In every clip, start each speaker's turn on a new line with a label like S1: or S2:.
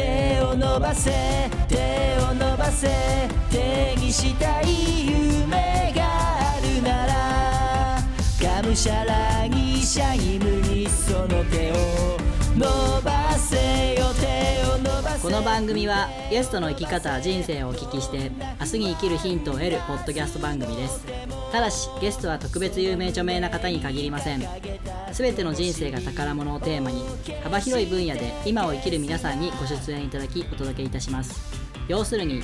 S1: 伸ばせ手を伸ばせ手にしたい夢があるならがむしゃらにシャイムにその手を伸ばせよ手を伸ばせ
S2: この番組はゲストの生き方人生をお聞きして明日に生きるヒントを得るポッドキャスト番組ですただしゲストは特別有名著名な方に限りません全ての人生が宝物をテーマに幅広い分野で今を生きる皆さんにご出演いただきお届けいたします要するに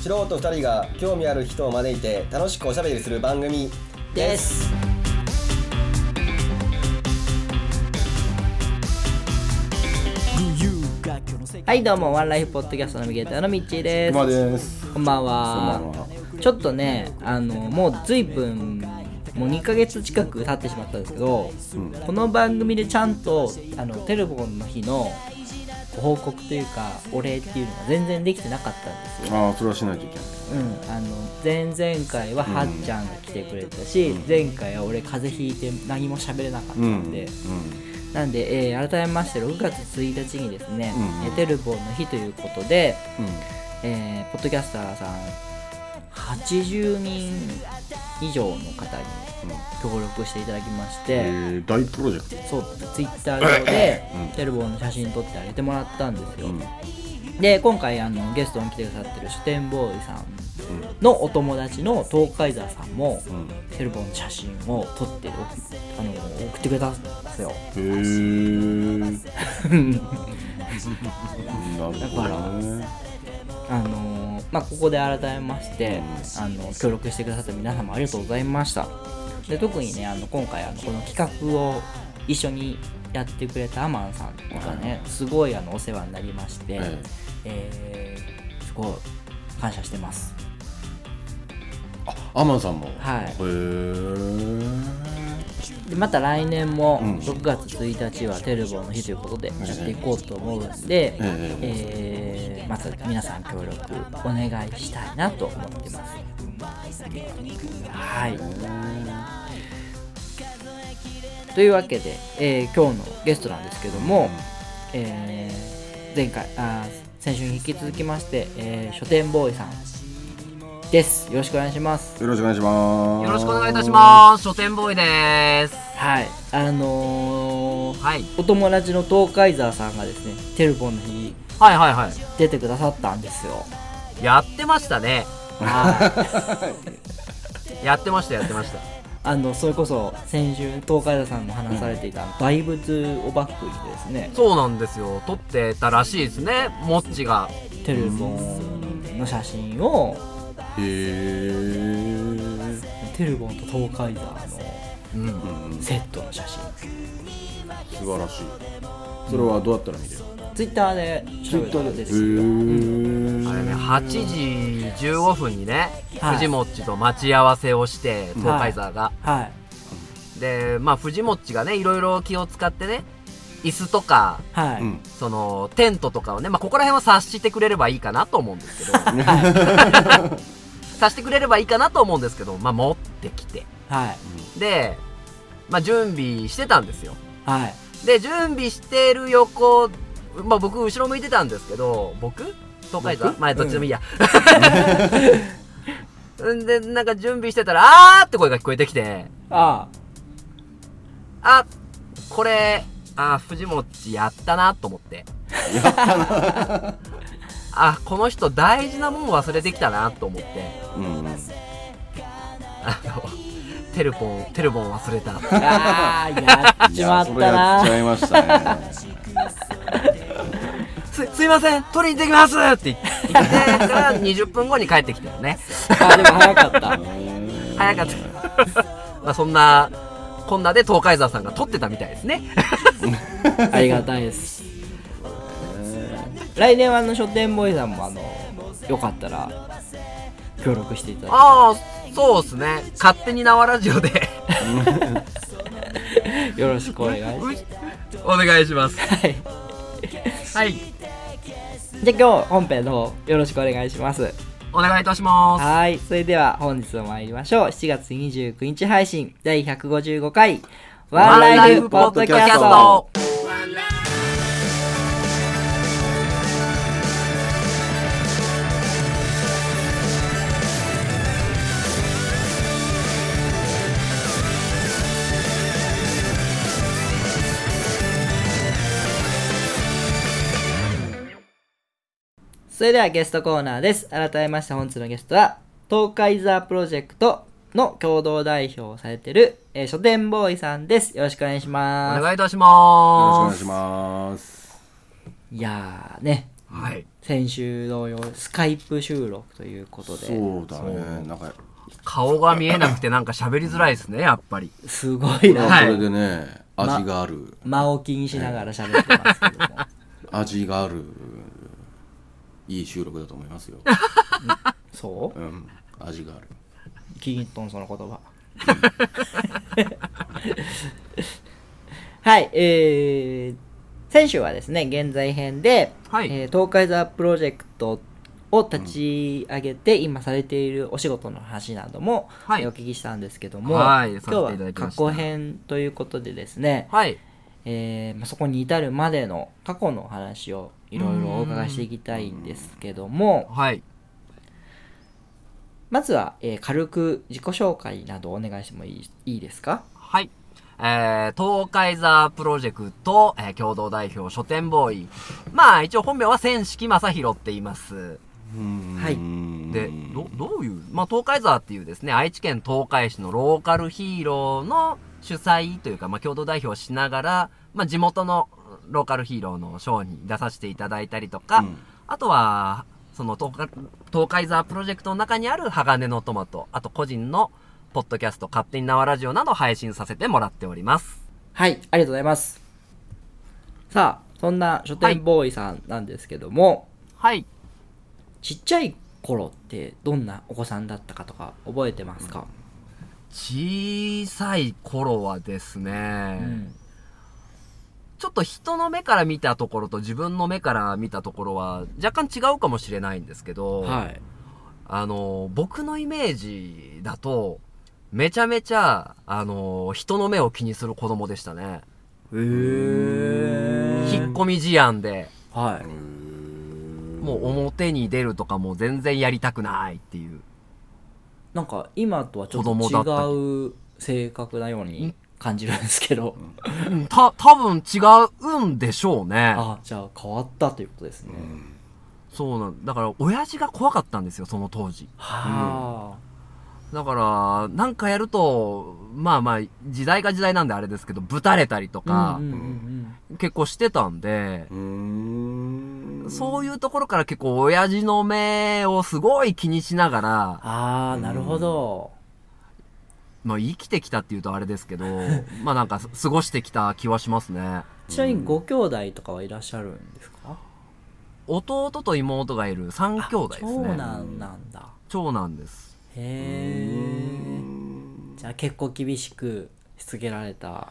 S3: 素人2人が興味ある人を招いて楽しくおしゃべりする番組
S2: ですはいどうもワンライフポッドキャストナビゲーターのみっちーです
S4: 熊です。
S2: こんばんは
S4: こんばんは
S2: ちょっとねあのもう随分もう2ヶ月近く経ってしまったんですけど、この番組でちゃんとあのテレフォンの日のご報告というかお礼っていうのが全然できてなかったんですよ、
S4: ああ、それはしないといけない。
S2: うん、あの前々回ははっちゃんが来てくれたし、前回は俺風邪ひいて何も喋れなかった
S4: うん。うん
S2: んで、なんで、えー改めまして6月1日にですね、
S4: うん
S2: えーテルボンの日ということで、
S4: う
S2: えーポッドキャスターさん80人以上の方に
S4: ん。
S2: 登録していただきまし
S4: え
S2: て、
S4: ー、大プロジェクト。
S2: そうツイッター上で、
S4: うん
S2: テルボンの写真撮ってあげてもらったんですよ、
S4: うん。
S2: で今回あのゲストに来てくださってる書店ボーイさんのお友達の東海座さんも、
S4: うん。
S2: テルボンの写真を撮って送あの送ってくれたんですよ
S4: へー。 なるほどね。
S2: あのーまあ、ここで改めまして、あの協力してくださった皆様ありがとうございましたで特にねあの今回あのこの企画を一緒にやってくれたアマンさんがねすごいあのお世話になりまして、
S4: え
S2: えーすごい感謝してます
S4: アマンさんも。
S2: はい
S4: へー。
S2: でまた来年も
S4: うん
S2: 6月1日はテルボの日ということでやっていこうと思うんで、
S4: え
S2: えーまた皆さん協力お願いしたいなと思ってますはいというわけで、えー今日のゲストなんですけども、えー前回あー先週に引き続きまして、えー書店ボーイさんですよろしくお願いします
S4: よろしくお願いします。
S5: よろしくお願いいたします。書店ボーイです。
S2: はいあのー
S5: はい。
S2: お友達の東海沢さんがですねテルボンの日
S5: はいはいは
S2: 出てくださったんです よ
S5: い。やってましたね。
S2: はい
S5: やってましたやって ました。
S2: あのそれこそ先週東海沢さんも話されていた大仏をバックにですね
S5: そうなんですよ。撮ってたらしいですね。もっちが。
S2: テルボンの写真を
S4: へー。
S2: テルボンと東海沢の
S5: うん。
S4: うん。
S2: セットの写真
S4: 素晴らしい。それはどうやったら見れる
S2: ツイッターで調べたら出て
S4: へ
S2: きて
S4: ー。
S5: あれね、8時15分にね、
S2: はい
S5: 藤もっちと待ち合わせをして、東海沢が。
S2: はい
S5: で、まあ藤もっちがね、いろいろ気を使ってね、椅子とか、
S2: は
S4: うん。
S5: そのテントとかをね、まあ、ここら辺は察してくれればいいかなと思うんです けど 察してくれればいいかなと思うんですけど、まあ、持ってきて
S2: いはい
S5: で、まあ、準備してたんですよ
S2: はい
S5: で準備してる横、まあ、僕後ろ向いてたんですけど僕東海座まあどっちでもいいや、ん、 でなんか準備してたら「あー!」って声が聞こえてきて
S2: あ
S5: 「あこれあ藤本やったな」と思って
S4: やったな。
S5: あこの人大事なもん忘れてきたなと思って
S4: うん。
S5: あのテルポンテルボン忘れた
S2: あああ やっちまった
S4: いや
S2: な
S4: それやっちゃいましたね。
S5: すすいません取りに行ってきますって言ってから20分後に帰ってきたよね
S2: あでも早かった
S5: 早かった まあそんなこんなで東海沢さんが撮ってたみたいですね
S2: ありがたいです。来年はあの書店ボーイさんもあのよかったら協力していただ
S5: ああそうですね勝手に縄ラジオ で
S2: いてよろしくお願いします。
S5: お願いします
S2: はい、
S5: はい
S2: じゃあ今日本編の方よろしくお願いします。
S5: お願いいたします
S2: はい、それでは本日も参りましょう。7月29日配信第155回ワンライフポッドキャスト。それではゲストコーナーです。改めまして本日のゲストは、東海ザープロジェクトの共同代表をされている、えー書店ボーイさんです。よろしくお願いし
S5: お
S2: ます。
S5: 願いいたし
S4: よろしくお
S5: ま
S4: 願いしま
S5: す
S4: す。
S2: いやーね、
S5: はい
S2: 先週同様、スカイプ収録ということで、
S4: そうだね。なんか、
S5: 顔が見えなくてなんか喋りづらいですねやっぱり
S2: すごいな。
S5: はい
S4: これでね、味がある。
S2: 間を気にしながら喋ってますけども。
S4: 味がある。いい収録だと思いますよ。
S2: そう
S4: うん。味がある。
S2: 気に入っとんその言葉 はいえー、先週はですね現在編で、
S5: はい
S2: えー東海ザプロジェクトを立ち上げて、今されているお仕事の話なども、
S5: はい
S2: えーお聞きしたんですけども、
S5: はい
S2: 今
S5: さ
S2: 日
S5: せていた
S2: は
S5: だきま
S2: 過
S5: した
S2: 去編ということでですね、
S5: はい
S2: えーまあ、そこに至るまでの過去のお話をいろいろお伺いしていきたいんですけども、
S5: はい
S2: まずは、えー軽く自己紹介などお願いしてもいいいいですか
S5: はい。えー、東海ザープロジェクト、えー共同代表書店ボーイ。まあ、一応本名は千式正宏って言います。
S2: はい
S5: で、ど、どういう、まあ、東海ザーっていうですね、愛知県東海市のローカルヒーローの主催というか、まあ、共同代表をしながら、まあ、地元のローカルヒーローのショーに出させていただいたりとか、
S4: うん
S5: あとは、その東海、東海ザープロジェクトの中にある鋼のトマト、あと個人のポッドキャスト、勝手に縄ラジオなどを配信させてもらっております。
S2: はい、ありがとうございます。さあ、そんな書店ボーイさんなんですけども、
S5: はい。
S2: ちっちゃい頃ってどんなお子さんだったかとか覚えてますか、
S5: 小さい頃はですね、
S2: うん
S5: ちょっと人の目から見たところと自分の目から見たところは若干違うかもしれないんですけど、
S2: はい。
S5: あの、僕のイメージだと、めちゃめちゃ、あの、人の目を気にする子供でしたね。
S2: へえ
S5: 引っ込み思案で、
S2: はい。
S5: もう表に出るとかも全然やりたくないっていう。
S2: なんか今とはちょっ
S5: 子供だった
S2: と違う性格なように感じるんですけど、
S5: うんた、多分違うんでしょうね。
S2: あじゃあ変わったということですね。
S5: そうなんだから、親父が怖かったんですよ、その当時。
S2: はあ、
S5: だから、なんかやると、まあまあ、時代が時代なんであれですけど、ぶたれたりとか
S2: うん、うんうん
S5: 結構してたんで、
S4: うーん。
S5: そういうところから結構親父の目をすごい気にしながら、
S2: ああ、なるほど。
S5: まあ生きてきたっていうとあれです けど、まあなんか過ごしてきた気はしますね。
S2: ちなみにご兄弟とかはいらっしゃるんですか、
S5: 弟と妹がいる3兄弟ですね。
S2: 長男なんだ。
S5: 長男です。
S2: へえ。じゃあ結構厳しくしつけられた。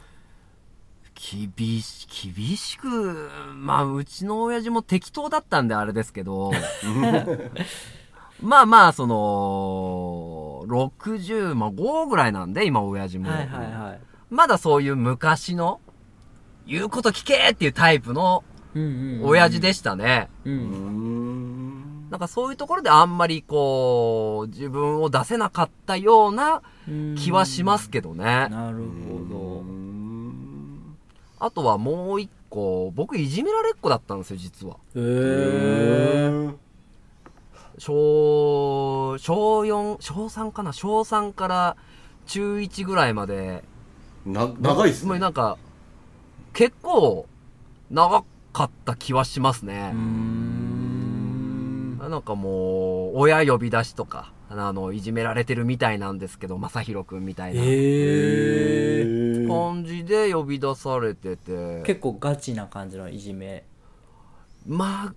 S5: 厳し、厳しく、まあ、うちの親父も適当だったんであれです けど、まあまあ、その、60、まあ5ぐらいなんで、今親父も。
S2: はいはいはい。
S5: まだそういう昔の、言うこと聞けっていうタイプの
S2: うんうんうん
S5: 親父でしたね。
S2: う
S4: うー
S2: ん。
S4: ん。
S5: なんかそういうところであんまりこう、自分を出せなかったような
S2: うん
S5: 気はしますけどね。
S2: なるほ
S5: あとはもう一個、僕いじめられっ子だったんですよ、実は。
S2: ど。へえ。
S5: 小、小4、小3かな小3から中1ぐらいまで。
S4: な、長いっす
S5: つまり
S4: ね。
S5: なんか、結構、長かった気はしますね。なんかもう、親呼び出しとか、あの、いじめられてるみたいなんですけど、まさひろくんみたいな
S2: へえ。
S5: 感じで呼び出されてて。
S2: 結構ガチな感じのいじめ。
S5: まあ、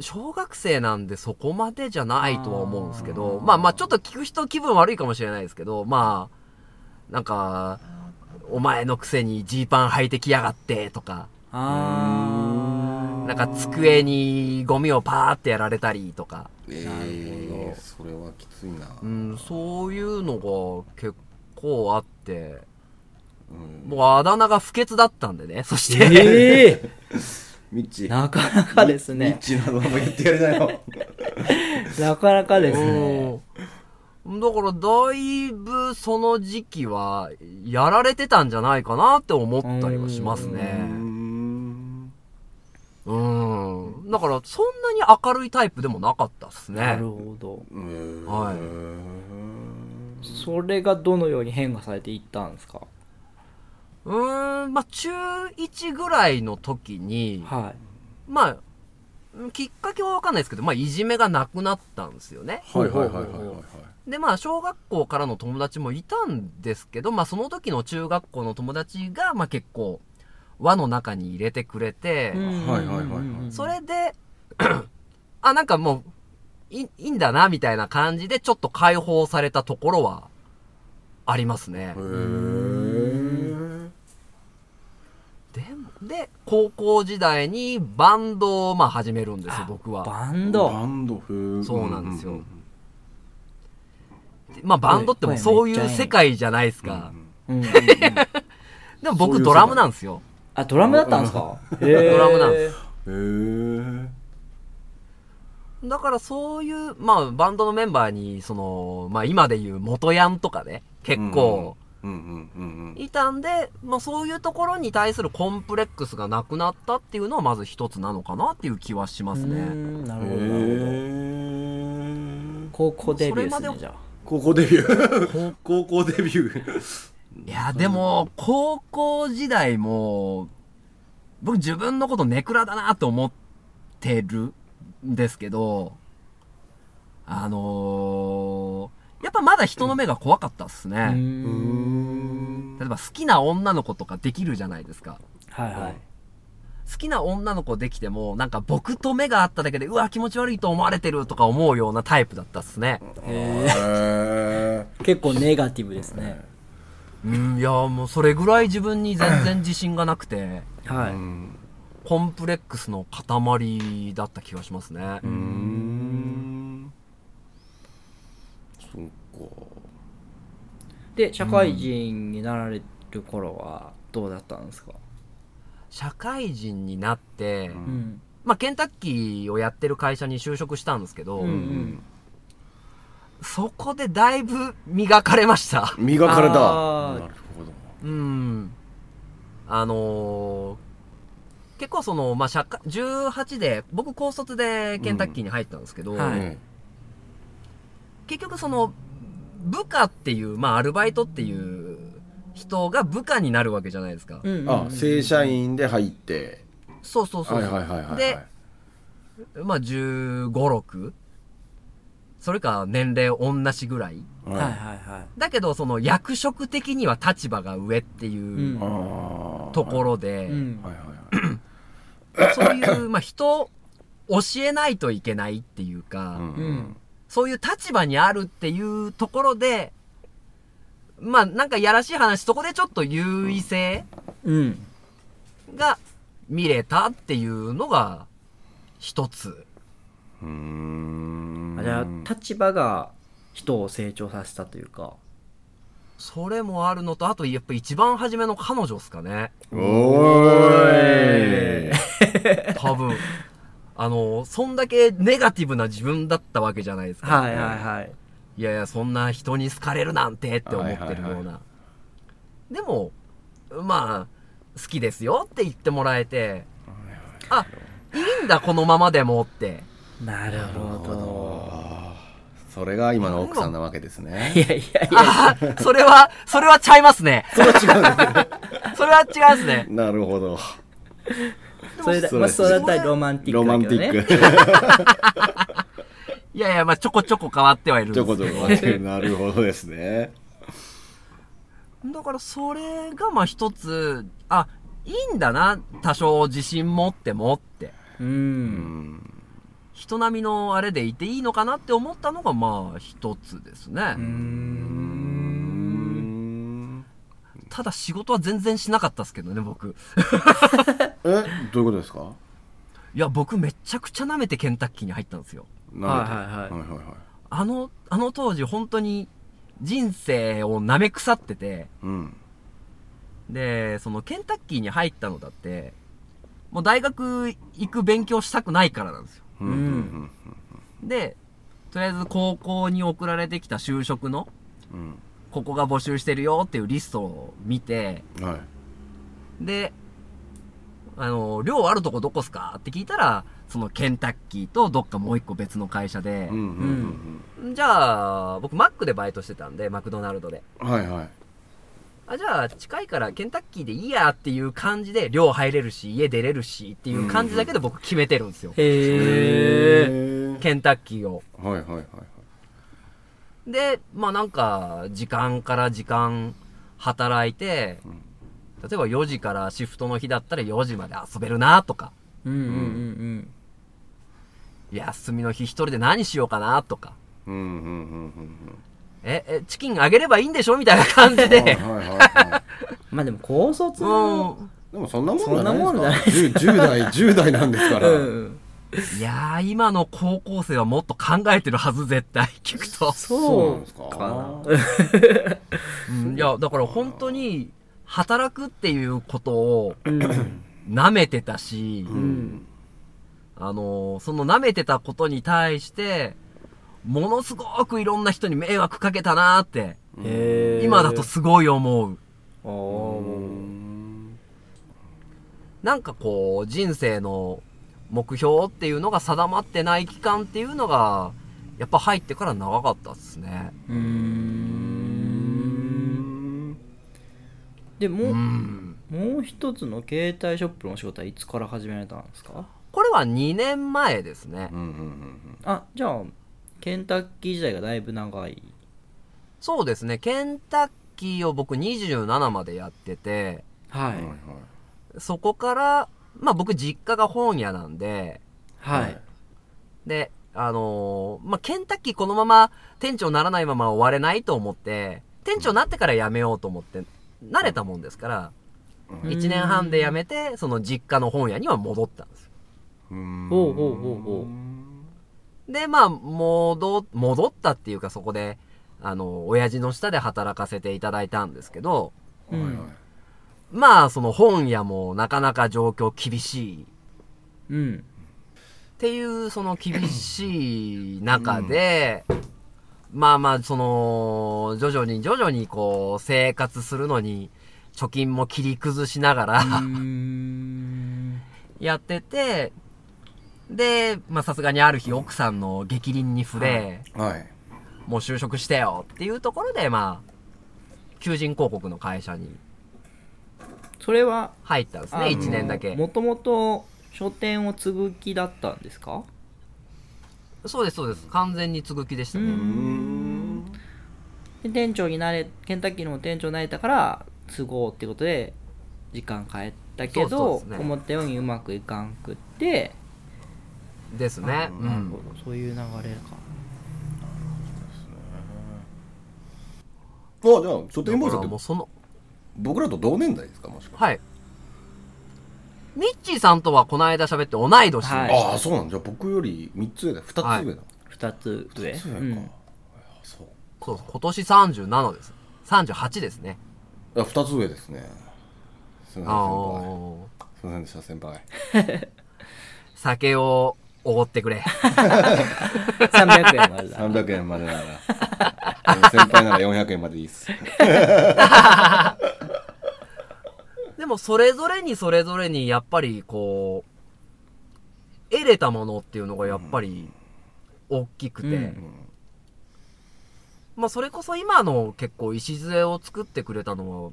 S5: 小学生なんでそこまでじゃないとは思うんですけど、まあまあちょっと聞く人気分悪いかもしれないですけど、まあ、なんか、お前のくせにジーパン履いてきやがってとか、
S2: あ
S5: なんか机にゴミをパーってやられたりとか、
S4: えー、それはきついな。
S5: うん、そういうのが結構あって、
S4: うん
S5: もうあだ名が不潔だったんでね、そし
S2: あ。
S5: て、
S2: え え
S4: ミッチ。
S2: なかなかです
S4: ミッ
S2: ね。
S4: チなのはもう言ってやれないよ。
S2: なかなかですね。
S5: うんだからだいぶその時期はやられてたんじゃないかなって思ったりはします
S4: うー
S5: ね。
S4: ん
S5: うん。だから、そんなに明るいタイプでもなかったっす
S2: な
S5: ね
S2: る。ほど
S4: うん
S5: はい
S2: それがどのように変化されていったんですか
S5: うーん、まあ、中1ぐらいの時に、
S2: は
S5: まあ、うんきっかけはわかんないですけど、まあ、いじめがなくなったんですよね。
S4: はいはいはいはいはいはい。
S5: で、まあ、小学校からの友達もいたんですけど、まあ、その時の中学校の友達が、まあ、結構、輪の中に入れてくれて、
S2: いうん
S4: はいはいはいはい
S5: それで、 あ、なんかもう、いいいんだな、みたいな感じで、ちょっと解放されたところは、ありますね。でも、で、高校時代にバンドを、まあ、始めるんですよ、僕は。
S2: バンド
S4: バンド風
S5: そうなんですよまあ、バンドってもう
S2: 声
S5: そう
S2: めっ
S5: い
S2: ちゃいいう
S5: 世界じゃないですか。
S2: うん
S5: でも
S4: そうい
S5: 僕、
S4: う世界
S5: ドラムなんですよ。
S2: あドラムだったんですか
S5: ド
S2: ド
S5: ラムなんです
S4: へえ
S5: だからそういう、まあ、バンドのメンバーに、その、まあ、今でいう元ヤンとかね、結構、
S4: うんうんうん
S5: いたんで、まあ、そういうところに対するコンプレックスがなくなったっていうのはまず一つなのかなっていう気はしますね。
S2: なる
S4: う
S2: ほど
S4: ん
S2: なるほど
S4: へえ
S2: 高校デビューで
S5: そ
S2: す
S5: れま
S2: ね
S5: で
S2: じゃあ
S4: 高校デビュー高校デビュー
S5: いや、でも、高校時代も、僕自分のことネクラだなと思ってるんですけど、あのーやっぱまだ人の目が怖かったっすね。
S2: うー
S4: うー
S2: ん
S4: ん
S5: 例えば好きな女の子とかできるじゃないですか。
S2: はいはい
S5: 好きな女の子できても、なんか僕と目が合っただけで、うわ、気持ち悪いと思われてるとか思うようなタイプだったっすね。
S2: へ
S4: へえ
S2: ー結構ネガティブですね
S5: うん、いや、もうそれぐらい自分に全然自信がなくて、
S2: は
S4: う
S2: い
S4: ん
S5: コンプレックスの塊だった気がしますね。
S4: うーんそうか
S2: で社会人になられる頃はどうだったんですか
S5: 社会人になって、
S4: ん
S2: うん
S5: まあ、ケンタッキーをやってる会社に就職したんですけど、
S2: うんうん
S5: そこでだいぶ磨かれました。
S4: 磨かれた
S2: あー
S4: なるほど
S5: うん。あのー結構その、まあ、社会、18で、僕高卒でケンタッキーに入ったんですけど、
S2: うんはい
S4: うん
S5: 結局その、部下っていう、まあ、アルバイトっていう人が部下になるわけじゃないですか。
S2: うんうん
S4: あ正社員で入って
S5: そうそうそう。
S4: はいはいはいはいはい
S5: で、まあ、15、6? それか年齢同じぐらい
S4: はい
S2: はいはいはい
S5: だけど、その役職的には立場が上っていう
S2: うん
S4: ああ
S5: ところで、
S2: うん
S4: はいはいはい
S5: そういう、まあ、人を教えないといけないっていうか、
S4: う
S2: う
S4: ん
S2: ん
S5: そういう立場にあるっていうところで、まあなんかやらしい話、そこでちょっと優位性
S2: うん
S5: が見れたっていうのが一つ。
S4: うーん
S2: あじゃあ立場が人を成長させたというか
S5: それもあるのと、あとやっぱ一番初めの彼女っすかね。
S4: おーい
S5: 多分。あの、そんだけネガティブな自分だったわけじゃないですか。
S2: はいはいはい
S5: いやいや、そんな人に好かれるなんてって思ってるよ
S4: は
S5: うな。
S4: いはい
S5: でも、まあ、好きですよって言ってもらえて、あ、いいんだ、このままでもって。
S2: なるほど
S4: あーそれが今の奥さんなわけです
S2: い
S4: ね
S2: やいやいや
S5: あーそれは、それはちゃいますね。それは違う、それは違いますね。
S4: なるほど
S2: それだ
S4: そう
S2: まあ
S4: です
S2: それだったらロマンティッ
S4: ロ
S2: ク
S4: マ
S2: だ
S4: ン
S2: け
S4: テ
S2: ど
S4: ィ
S2: ね
S4: ック
S5: いやいや、まあ、ちょこちょこ変わってはいるん
S4: ち
S5: で
S4: ょこ
S5: す
S4: ちょ
S5: け
S4: こ
S5: ど。
S4: なるほどですね
S5: だから、それが、まあ、一つ、あ、いいんだな、多少自信持ってもって。
S2: う
S4: うんん
S5: 人並みのあれでいていいのかなって思ったのが、まあ、一つですね。
S4: うん
S5: ただ仕事は全然しなかったですけどね、僕。
S4: えどういうことですか
S5: いや、僕めちゃくちゃ舐めてケンタッキーに入ったんですよ。
S4: な
S2: はいはいはい
S4: るほどはいはいはい
S5: あの、あの当時本当に人生を舐め腐ってて、
S4: うん
S5: で、そのケンタッキーに入ったのだって、もう大学行く勉強したくないからなんですよ。
S4: うんうん
S5: で、とりあえず高校に送られてきた就職の、
S4: うん
S5: ここが募集してるよっていうリストを見て、
S4: うんはい
S5: で、あの、量あるとこどこっすかって聞いたら、そのケンタッキーとどっかもう一個別の会社で
S4: うん、うんうん
S5: じゃあ、僕マックでバイトしてたんで、マクドナルドで。
S4: うんはいはい
S5: あ、じゃあ、近いからケンタッキーでいいやっていう感じで、量入れるし、家出れるしっていう感じだけで僕決めてるんですよ。
S2: へえ。
S5: ケンタッキーを。
S4: はいはいはいはい
S5: で、まあなんか、時間から時間働いて、例えば4時からシフトの日だったら4時まで遊べるなとか、
S2: うんうんうん
S5: 休みの日一人で何しようかなとか、
S4: うんうんうん うん
S5: え、え、チキンあげればいいんでしょみたいな感じ
S4: うんはい
S5: で、
S4: はいは
S2: うん。まあでも高卒
S5: う
S2: の。
S5: ん。
S4: いでもそんなもんじ
S2: そんなもんじ
S4: ゃ
S2: ゃ
S4: な
S2: ない
S4: いですか10 10代10代なんですか
S2: う
S4: ら
S2: ん。
S5: いやー、今の高校生はもっと考えてるはず、絶対、聞くと。
S4: そう
S2: そ
S4: なん
S2: う
S4: ですか
S5: うんいや、だから本当に、働くっていうことを、舐めてたし、
S4: うん
S5: あのーその舐めてたことに対して、ものすごくいろんな人に迷惑かけたなーって、
S2: へえ。
S5: 今だと
S2: あ
S5: すごい思う。
S2: あも
S5: なんかこう、人生の目標っていうのが定まってない期間っていうのが、やっぱ入ってから長かったっすね。
S2: う。うーん。でも、
S5: うん。
S2: もう一つの携帯ショップのお仕事はいつから始められたんですか
S5: これは2年前ですね。
S4: うんうんうん
S2: あじゃあケンタッキー時代がだいぶ長い
S5: そうですね。ケンタッキーを僕27までやってて、
S2: は
S4: うんはい
S5: そこから、まあ僕実家が本屋なんで、
S2: はい、
S5: で、あのーまあ、ケンタッキーこのまま店長にならないまま終われないと思って、店長になってから辞めようと思って、慣れたもんですから、
S4: うん
S5: 1年半で辞めて、その実家の本屋には戻ったんですよ。
S4: うん
S2: ほうほうほうほ
S5: で、まあ、戻、戻ったっていうかそこで、あの、親父の下で働かせていただいたんですけど、
S4: はいはい
S5: まあ、その本屋もなかなか状況厳しい。
S2: ううん
S5: っていうその厳しい中で、まあまあその徐々に徐々にこう生活するのに貯金も切り崩しながら やっててでまあさすがにある日奥さんの逆鱗に触れ、
S4: はい
S5: もう就職してよっていうところでまあ求人広告の会社に
S2: それは
S5: 入ったんですね1年だけ
S2: もともと書店を継ぐ気だったんですか
S5: そうですそうです完全に継ぐ気でしたね、
S2: で店長になれケンタッキーの店長になれたから都合ってことで時間変えたけ
S5: そう
S2: ど
S5: そうですね
S2: 思ったようにうまくいかんくって、
S5: ですねう
S2: なる
S5: ん
S2: ほどそういう流れか
S4: あじゃあ書店ボーイ
S5: だ
S4: さ
S5: か
S4: んっ
S5: らもう
S4: て
S5: その
S4: 僕らと同年代ですかもしかして
S5: はい。ミッチーさんとはこの間喋って同い年。
S2: はい
S4: ああそうなんじゃあ僕より3つ上だ2つ上だ、
S2: 2つ上
S4: 二つ上か、
S2: う
S4: あ
S2: ん
S4: そう
S5: そうそう今年37です。38ですね。
S4: あ2つ上ですねすみ
S5: あ
S4: ません先輩す
S5: ー
S4: みませんでした先輩
S5: 酒をおごってく れ。
S2: 300円までだ
S4: 300円までならうん先輩なら400円までいいっす
S5: でもそれぞれにそれぞれにやっぱりこう、得れたものっていうのがやっぱり大きくて。
S2: うん
S5: まあそれこそ今の結構礎を作ってくれたのは、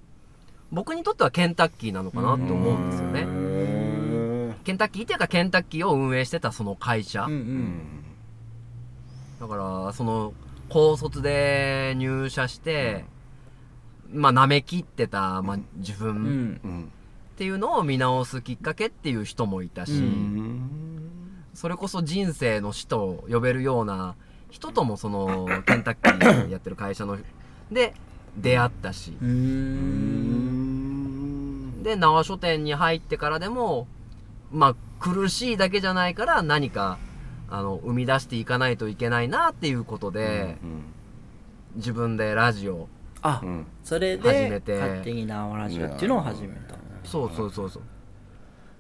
S5: 僕にとってはケンタッキーなのかなって思うんですよね。
S4: へ
S5: ケンタッキーっていうかケンタッキーを運営してたその会社。
S2: うんう
S4: えうんん
S5: だから、その、高卒で入社して、まあ、舐め切ってた、まあ、自
S2: う
S5: 分
S2: ん
S4: うん
S5: っていうのを見直すきっかけっていう人もいたし、
S2: うん
S5: それこそ人生の師と呼べるような人とも、その、ケンタッキーやってる会社の、で、出会ったし、
S2: うーん
S5: で、縄書店に入ってからでも、まあ、苦しいだけじゃないから、何か、あの、生み出していかないといけないなっていうことで、
S4: うん
S5: 自分でラジオ、
S2: あ
S4: うん
S2: それ
S5: 始
S2: で
S5: めて
S2: 勝手に縄ラジオっていうのを始めた
S5: そうそうそうそう。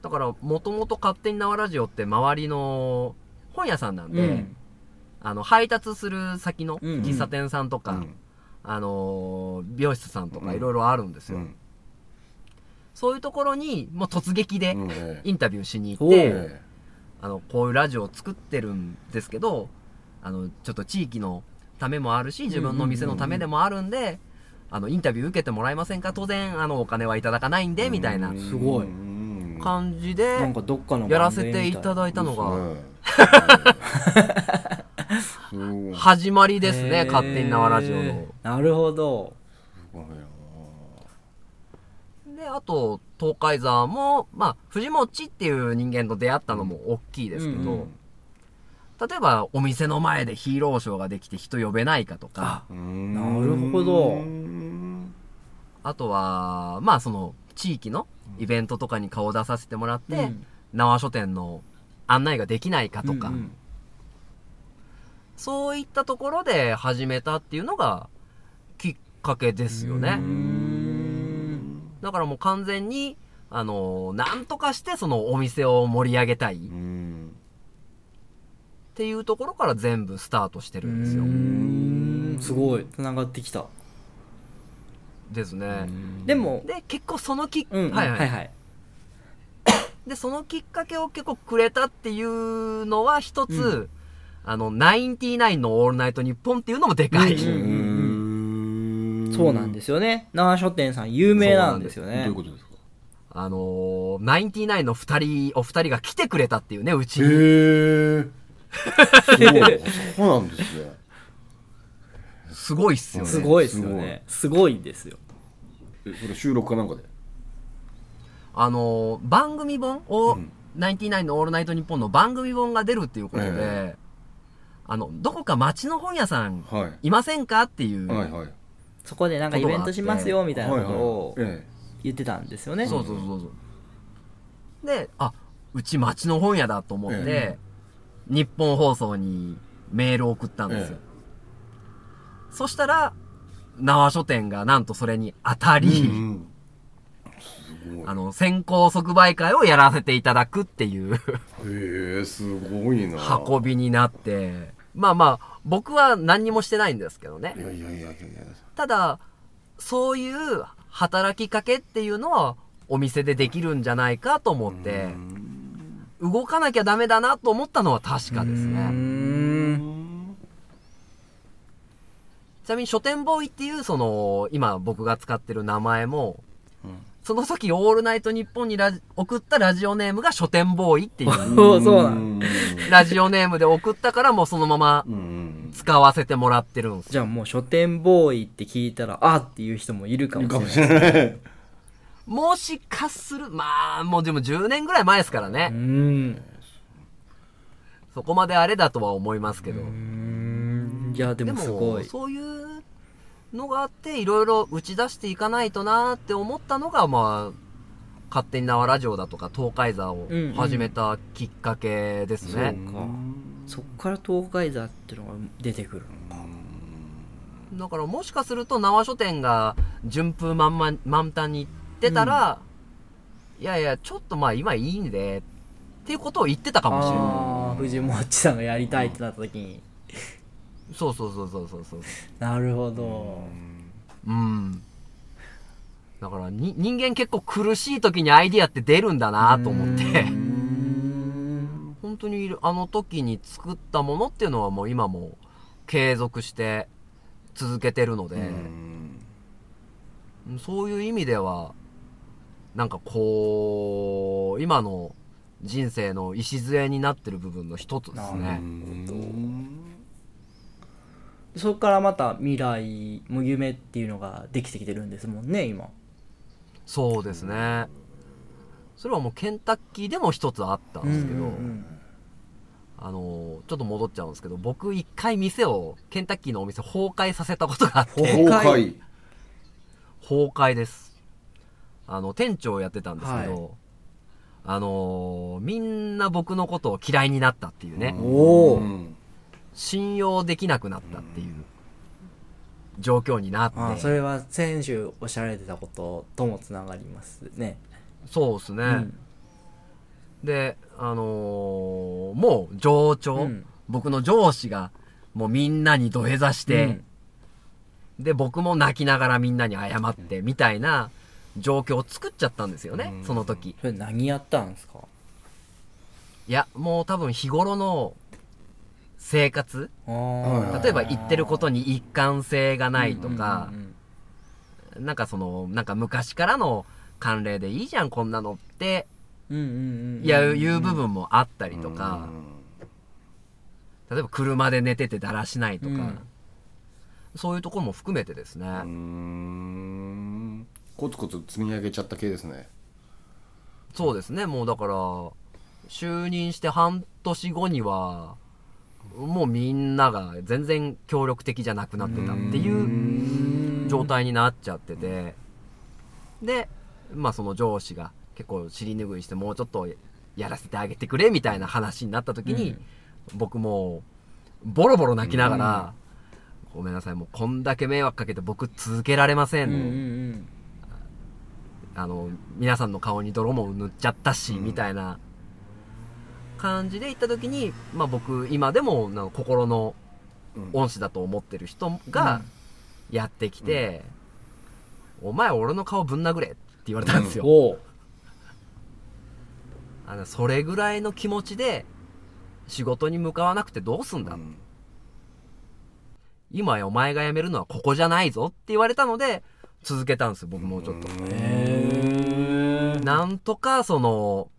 S5: だから、もともと勝手に縄ラジオって周りの本屋さんなんで、
S2: うん
S5: あの、配達する先の
S2: うんうん
S5: 喫茶店さんとか、
S4: うん
S5: あのー美容室さんと
S4: う
S5: か
S4: ん
S5: いろいろあるんです
S4: う
S5: よ。
S4: ん
S5: そういうところに、もう突撃で
S4: うんええ
S5: インタビューしに行っ
S2: お
S5: て、
S2: う
S4: え
S5: あの、こういうラジオを作ってるんですけど、あの、ちょっと地域のためもあるし、自分の店のためでもあるんで、あの、インタビュー受けてもらえませんか当然、あの、お金はいただかないんで、みたいな
S4: え
S2: すごい
S4: うん
S5: 感じ
S2: なん
S5: で、
S2: かどっかの
S5: やらせていただいたのが、
S4: うんす
S5: 始まりです
S2: へ
S5: ね、
S2: ー
S5: 勝手に縄ラジオの。
S2: なるほど
S4: ごいな
S5: で、あと、東海沢も、まあ、藤持ちっていう人間と出会ったのも大きいですけど、
S2: うんう
S5: 例えば、お店の前でヒーローショーができて人呼べないかとか、
S4: うん
S2: なるほど
S4: うん
S5: あとは、まあ、その、地域のイベントとかに顔を出させてもらって、
S2: うん
S5: 縄書店の案内ができないかとか、
S2: うんうん
S5: そういったところで始めたっていうのが、きっかけですよね。だからもう完全に、あの、なんとかしてそのお店を盛り上げたい。
S4: うん
S5: っていうところから全部スタートしてるんですよ
S2: う。ーんすごい繋がってきた
S5: ですね。
S2: でも
S5: で、結構そのきっ、
S2: うん
S5: はいはい、
S2: はいはい
S5: で、そのきっかけを結構くれたっていうのは一つ、
S2: う
S5: あの、ナインティナインのオールナイトニッポンっていうのもでかい。
S2: うんうん
S4: うん
S2: そうなんですよね那覇書店さん有名なんですよ
S4: どう
S2: ね
S4: いうことですか
S5: あのナインティナインの二人、お二人が来てくれたっていうね、うち
S4: へ
S5: に。
S4: ーそうそうなんですね
S5: すごいっすよね。
S2: すごいですよねすごいですよ
S4: えそれ収録かなんかで
S5: あの番組本を、
S4: ん
S5: ナインティナインのオールナイトニッポンの番組本が出るっていうことで、
S4: え
S5: あの、どこか町の本屋さん、
S4: はい
S5: ませんかっていう、
S4: はいはい
S2: そこでなんかイベントしますよみたいなことを
S4: はいはいえ
S2: 言ってたんですよね
S5: そうそうそうそう。で、あ、うち町の本屋だと思って、
S4: え
S5: 日本放送にメールを送ったんですよ。そしたら、縄書店がなんとそれに当た
S4: え
S5: り、
S4: うん
S5: あの、先行即売会をやらせていただくっていう
S4: へえすごいな
S5: 運びになって、まあまあ、僕は何にもしてないんですけどね
S4: い。やいやいやいやいや
S5: ただ、そういう働きかけっていうのは、お店でできるんじゃないかと思って、動かなきゃダメだなと思ったのは確かです
S2: うー
S5: ね。
S2: ん
S5: ちなみに書店ボーイっていう、その、今僕が使ってる名前も、その時、オールナイトニッポンにラジ送ったラジオネームが書店ボーイっていう、
S2: そうそうなん
S4: ん
S5: ラジオネームで送ったからもうそのまま
S4: うん
S5: 使わせてもらってるんですよ。
S2: じゃあもう書店ボーイって聞いたらあっていう人もいるかもしれ
S4: か
S2: な
S4: も
S2: い
S4: しれない
S5: もしかする、まあ、もうでも10年ぐらい前ですからね。
S2: うーん
S5: そこまであれだとは思いますけど。
S2: うーんいやで
S5: で
S2: も
S5: も
S2: すごい
S5: そういうのがあっていろいろ打ち出していかないとなーって思ったのがまあ勝手に縄ラジオだとか東海座を始めたきっかけですね、
S2: そうかそっから東海座っていうのが出てくるのか
S5: だからもしかすると縄書店が順風満々満タンに行ってたら、いやいやちょっとまあ今いいんでっていうことを言ってたかもしれな
S2: ああ藤本さんがやりたいってなった時に
S5: いそうそうそうそうそうそう
S2: なるほど
S5: うんだからに人間結構苦しい時にアイディアって出るんだなと思って本当にいるあの時に作ったものっていうのはもう今も継続して続けてるので、そういう意味ではなんかこう今の人生の礎になってる部分の一つですね。
S2: そこからまた未来も夢っていうのができてきてるんですもんね今
S5: そうですね。それはもうケンタッキーでも一つあったんですけど、あのーちょっと戻っちゃうんですけど、僕一回店を、ケンタッキーのお店崩壊させたことがあって、
S4: 崩壊
S5: 崩壊です。あの、店長をやってたんですけど、あのーみんな僕のことを嫌いになったっていうね、
S2: お
S4: う
S2: ー
S4: ん
S5: 信用できなくなったっていう状況になって、
S2: あーそれは先週おっしゃられてたことともつながりますね
S5: そうですね。
S2: ん
S5: で、あのーもう上
S2: う
S5: 長、
S2: ん
S5: 僕の上司が、もうみんなに土下座して、で、僕も泣きながらみんなに謝って、みたいな状況を作っちゃったんですよね、その時
S2: それ何やったんですか
S5: いやもう多分日頃の生活
S2: あー
S5: 例えば言ってることに一貫性がないとか
S2: うんうんうん
S5: なんかそのなんか昔からの慣例でいいじゃんこんなのって
S2: うんうんうん
S5: いやいう部分もあったりとか、例えば車で寝ててだらしないとか、
S2: うん
S5: そういうところも含めてですね、
S4: うーんコツコツ積み上げちゃった系ですね
S5: そうですねもうだから就任して半年後にはもうみんなが全然協力的じゃなくなってたっていう状態になっちゃっててでまあその上司が結構尻拭いしてもうちょっとやらせてあげてくれみたいな話になった時に、僕もうボロボロ泣きながら、ごめんなさいもうこんだけ迷惑かけて僕続けられません、
S2: うんうん
S5: あの、皆さんの顔に泥も塗っちゃったし、みたいな感じで行った時に、まあ僕、今でもなんか心の恩師だと思ってる人がやってきて、お前俺の顔ぶん殴れって言われたんです
S2: うん
S5: よ。
S2: おう
S5: あのそれぐらいの気持ちで仕事に向かわなくてどうすんだ。
S4: ん
S5: 今やお前が辞めるのはここじゃないぞって言われたので、続けたんですよ、僕もうちょっと。なんとか、その、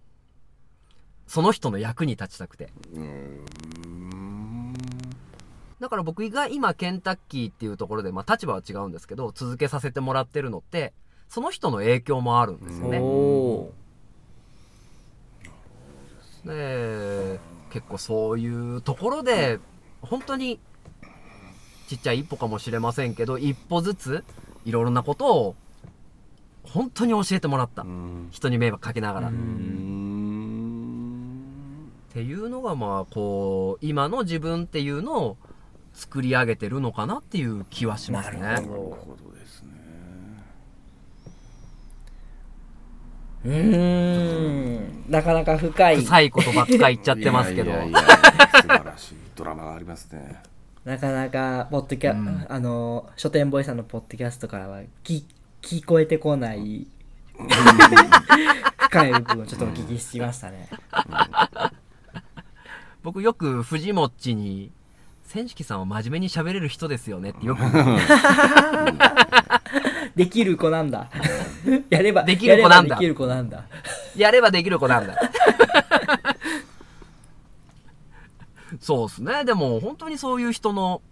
S5: その人の役に立ちたくて。だから僕が今ケンタッキーっていうところで、まあ立場は違うんですけど、続けさせてもらってるのって、その人の影響もあるんですよね。
S2: お
S5: で結構そういうところで本当にちっちゃい一歩かもしれませんけど一歩ずついろいろなことを本当に教えてもらった、人に迷惑かけながら、っていうのがまあこう今の自分っていうのを作り上げてるのかなっていう気はしますね
S2: なる
S4: なるほどですね
S2: ううーんなかなか深い
S5: 臭いことばっか言っちゃってますけど
S4: いやいやいや素晴らしいドラマがありますね
S2: なかなかポッドキャ、あの書店ボーイさんのポッドキャストからはき聞こえてこない深い部分をちょっとお聞きしましたね。
S5: 僕よく藤もっちに「千式さんは真面目に喋れる人ですよね」ってよく
S2: できる子なんだ。やれば
S5: できる子なんだ
S2: やればできる子なんだ。
S5: やればできる子なんだ。 そうですね。でも本当にそういう人の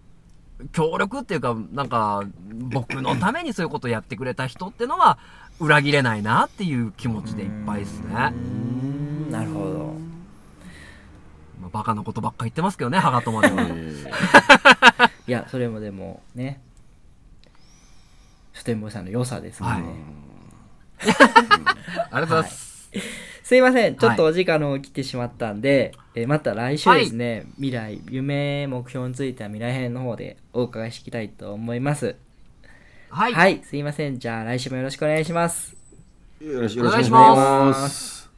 S5: 協力っていうか、なんか僕のためにそういうことをやってくれた人ってのは裏切れないなっていう気持ちでいっぱいですね。ま
S2: なるほど。
S5: あ、バカなことばっか言ってますけどね、ハガトマでは。
S2: いやそれもでもね書店ボーイさんの良さですね。
S5: はいありがとうございます。
S2: すいません、ちょっとお時間の方来てしまったんで、えーまた来週ですね、未来、夢、目標については未来編の方でお伺いしていきたいと思います。
S5: はい。
S2: はい、すいません。じゃあ来週もよろしくお願いします。
S4: よろしく
S5: お願いし
S4: お願
S5: ま
S4: い
S5: す
S4: します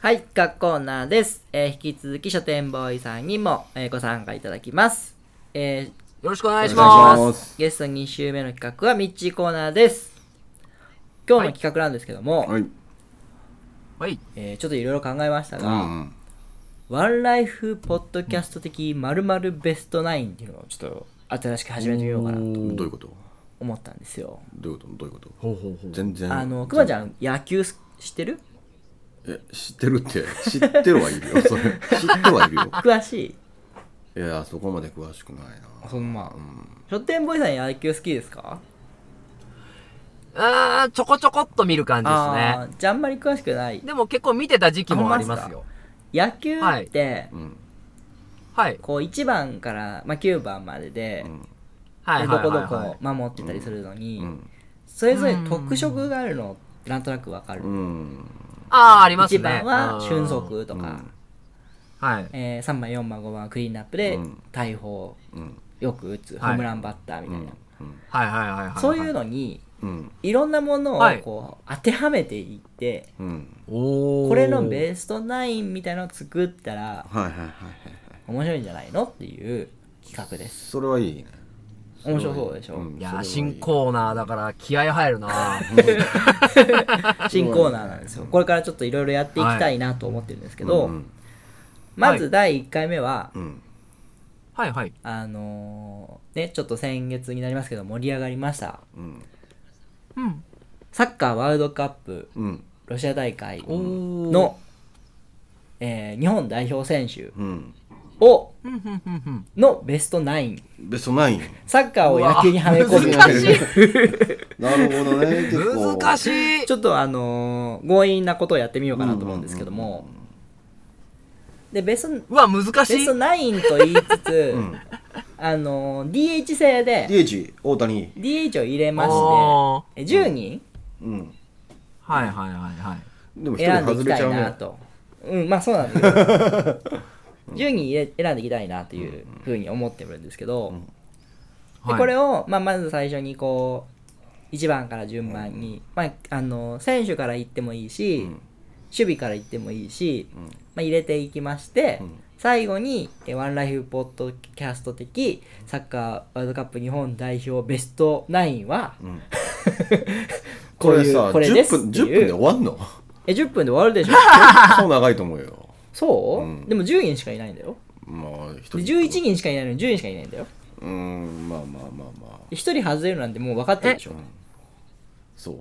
S2: はい、学コーナーです。えー引き続き書店ボーイさんにも、えーご参加いただきます。えー
S5: よろしくお願いし
S4: お願い
S5: ま
S4: し
S5: す。
S4: ます
S2: ゲスト2週目の企画はミッチーコーナーです。今日の企画なんですけども、
S4: はい
S5: はい。
S2: えーちょっといろいろ考えました
S4: う
S2: が、
S4: んうん
S2: ワンライフポッドキャスト的まるまるベストナインっていうのをちょっと新しく始めてみようかなと
S4: どういうこと
S2: 思ったんですよ。
S4: どういうことどういうこと
S5: ほうほうほう。
S4: 全然
S2: あの、くまちゃん野球す知ってる
S4: え知ってるって知ってるはいるよそれ知ってはいるよ
S2: 詳しい
S4: いやそこまで詳しくないな
S2: そんま、書店ボーイさん野球好きですか
S5: あーちょこちょこっと見る感じです
S2: あーじゃああんまり詳しくない
S5: ね。でも結構見てた時期もありますよ。
S2: 野球って、
S4: うん
S5: はい。
S2: こう1番から、まあ、9番までで、
S5: は
S2: で
S5: い。
S2: どこ
S5: はい
S2: ど
S5: はいはい
S2: こ守ってたりするのに、
S4: うん
S2: それぞれ特色があるのなんとなくわかる、
S4: うん
S5: ああ、ありますね。
S2: 1番は
S5: うん
S2: 俊足とか、
S5: はい。
S2: えー3番4番5番はクリーンナップで
S4: うん
S2: 大砲、
S4: うん
S2: よく打つホ
S5: はい
S2: ームランバッターみたいな、
S4: うん
S5: はいはいはいはい。
S2: そういうのに
S4: うん
S2: いろんなものを
S5: はい
S2: こう当てはめていって、
S4: うん
S5: おー
S2: これのベストナインみたいなのを作ったら
S4: はいはいはいはい
S2: 面白いんじゃないのっていう企画です
S4: それはいいね
S2: 面白そうでしょ、
S4: うん
S5: いや
S4: それは
S5: ー
S4: いい
S5: 新コーナーだから気合入 るな
S2: 新コーナーなんですよこれからちょっといろいろやっていきたいなと思ってるんですけど、
S4: うん
S2: まず第1回目は、
S4: うん
S5: はいはい
S2: あのーねちょっと先月になりますけど盛り上がりました
S4: うん
S5: うん
S2: サッカーワールドカップ
S4: うん
S2: ロシア大会
S5: おー
S2: の、えー日本代表選手
S4: うん
S2: を
S5: ふんふんふんふん
S2: のベストナイン
S4: ベストナイン
S2: サッカーを野球にはめ込む
S5: 難しい
S4: なるほどね 結構
S5: 難し
S4: い
S5: い
S2: ちょっとあのー強引なことをやってみようかなと思うんですけども、でベスト
S5: うわ難し
S2: ベス
S5: い
S2: トナインと言いつつ、
S4: ん
S2: あのー DH 制で
S4: DH 大谷
S2: DH を入れま
S5: おー
S2: してえ10人
S4: うん
S5: はいはいはいはい
S4: でも一
S2: 選
S4: 人
S2: んでい
S4: 外
S2: き
S4: れ
S2: た
S4: ちゃ
S2: いうな
S4: ね
S2: とうんまあそうなんですよ 10人入れ選んでいきたいなというふうに思ってるんですけど、で
S5: はい
S2: これを、まあ、まず最初にこう1番から順番に、まあ、あの選手から言ってもいいし、
S4: うん
S2: 守備から言ってもいいし、まあ、入れていきまして、
S4: ん
S2: 最後にえワンライフポッドキャスト的サッカーワールドカップ日本代表ベストナインは、
S4: ん
S2: こ
S4: こ
S2: う
S4: れ
S2: いう
S4: さ
S2: これで
S4: 10
S2: すっ
S4: 分
S2: て
S4: 10分
S2: い
S4: で
S2: う
S4: 終わ んの
S2: え10分で終わるでしょ
S4: そう長いと思うよ
S2: そう、
S4: うん
S2: でも10人しかいないんだよ
S4: まあ一人
S2: で11人しかいないのに10人しかいないんだよ
S4: うんまあまあまあまあ
S2: 1人外れるなんてもう分かってるでしょ
S4: そう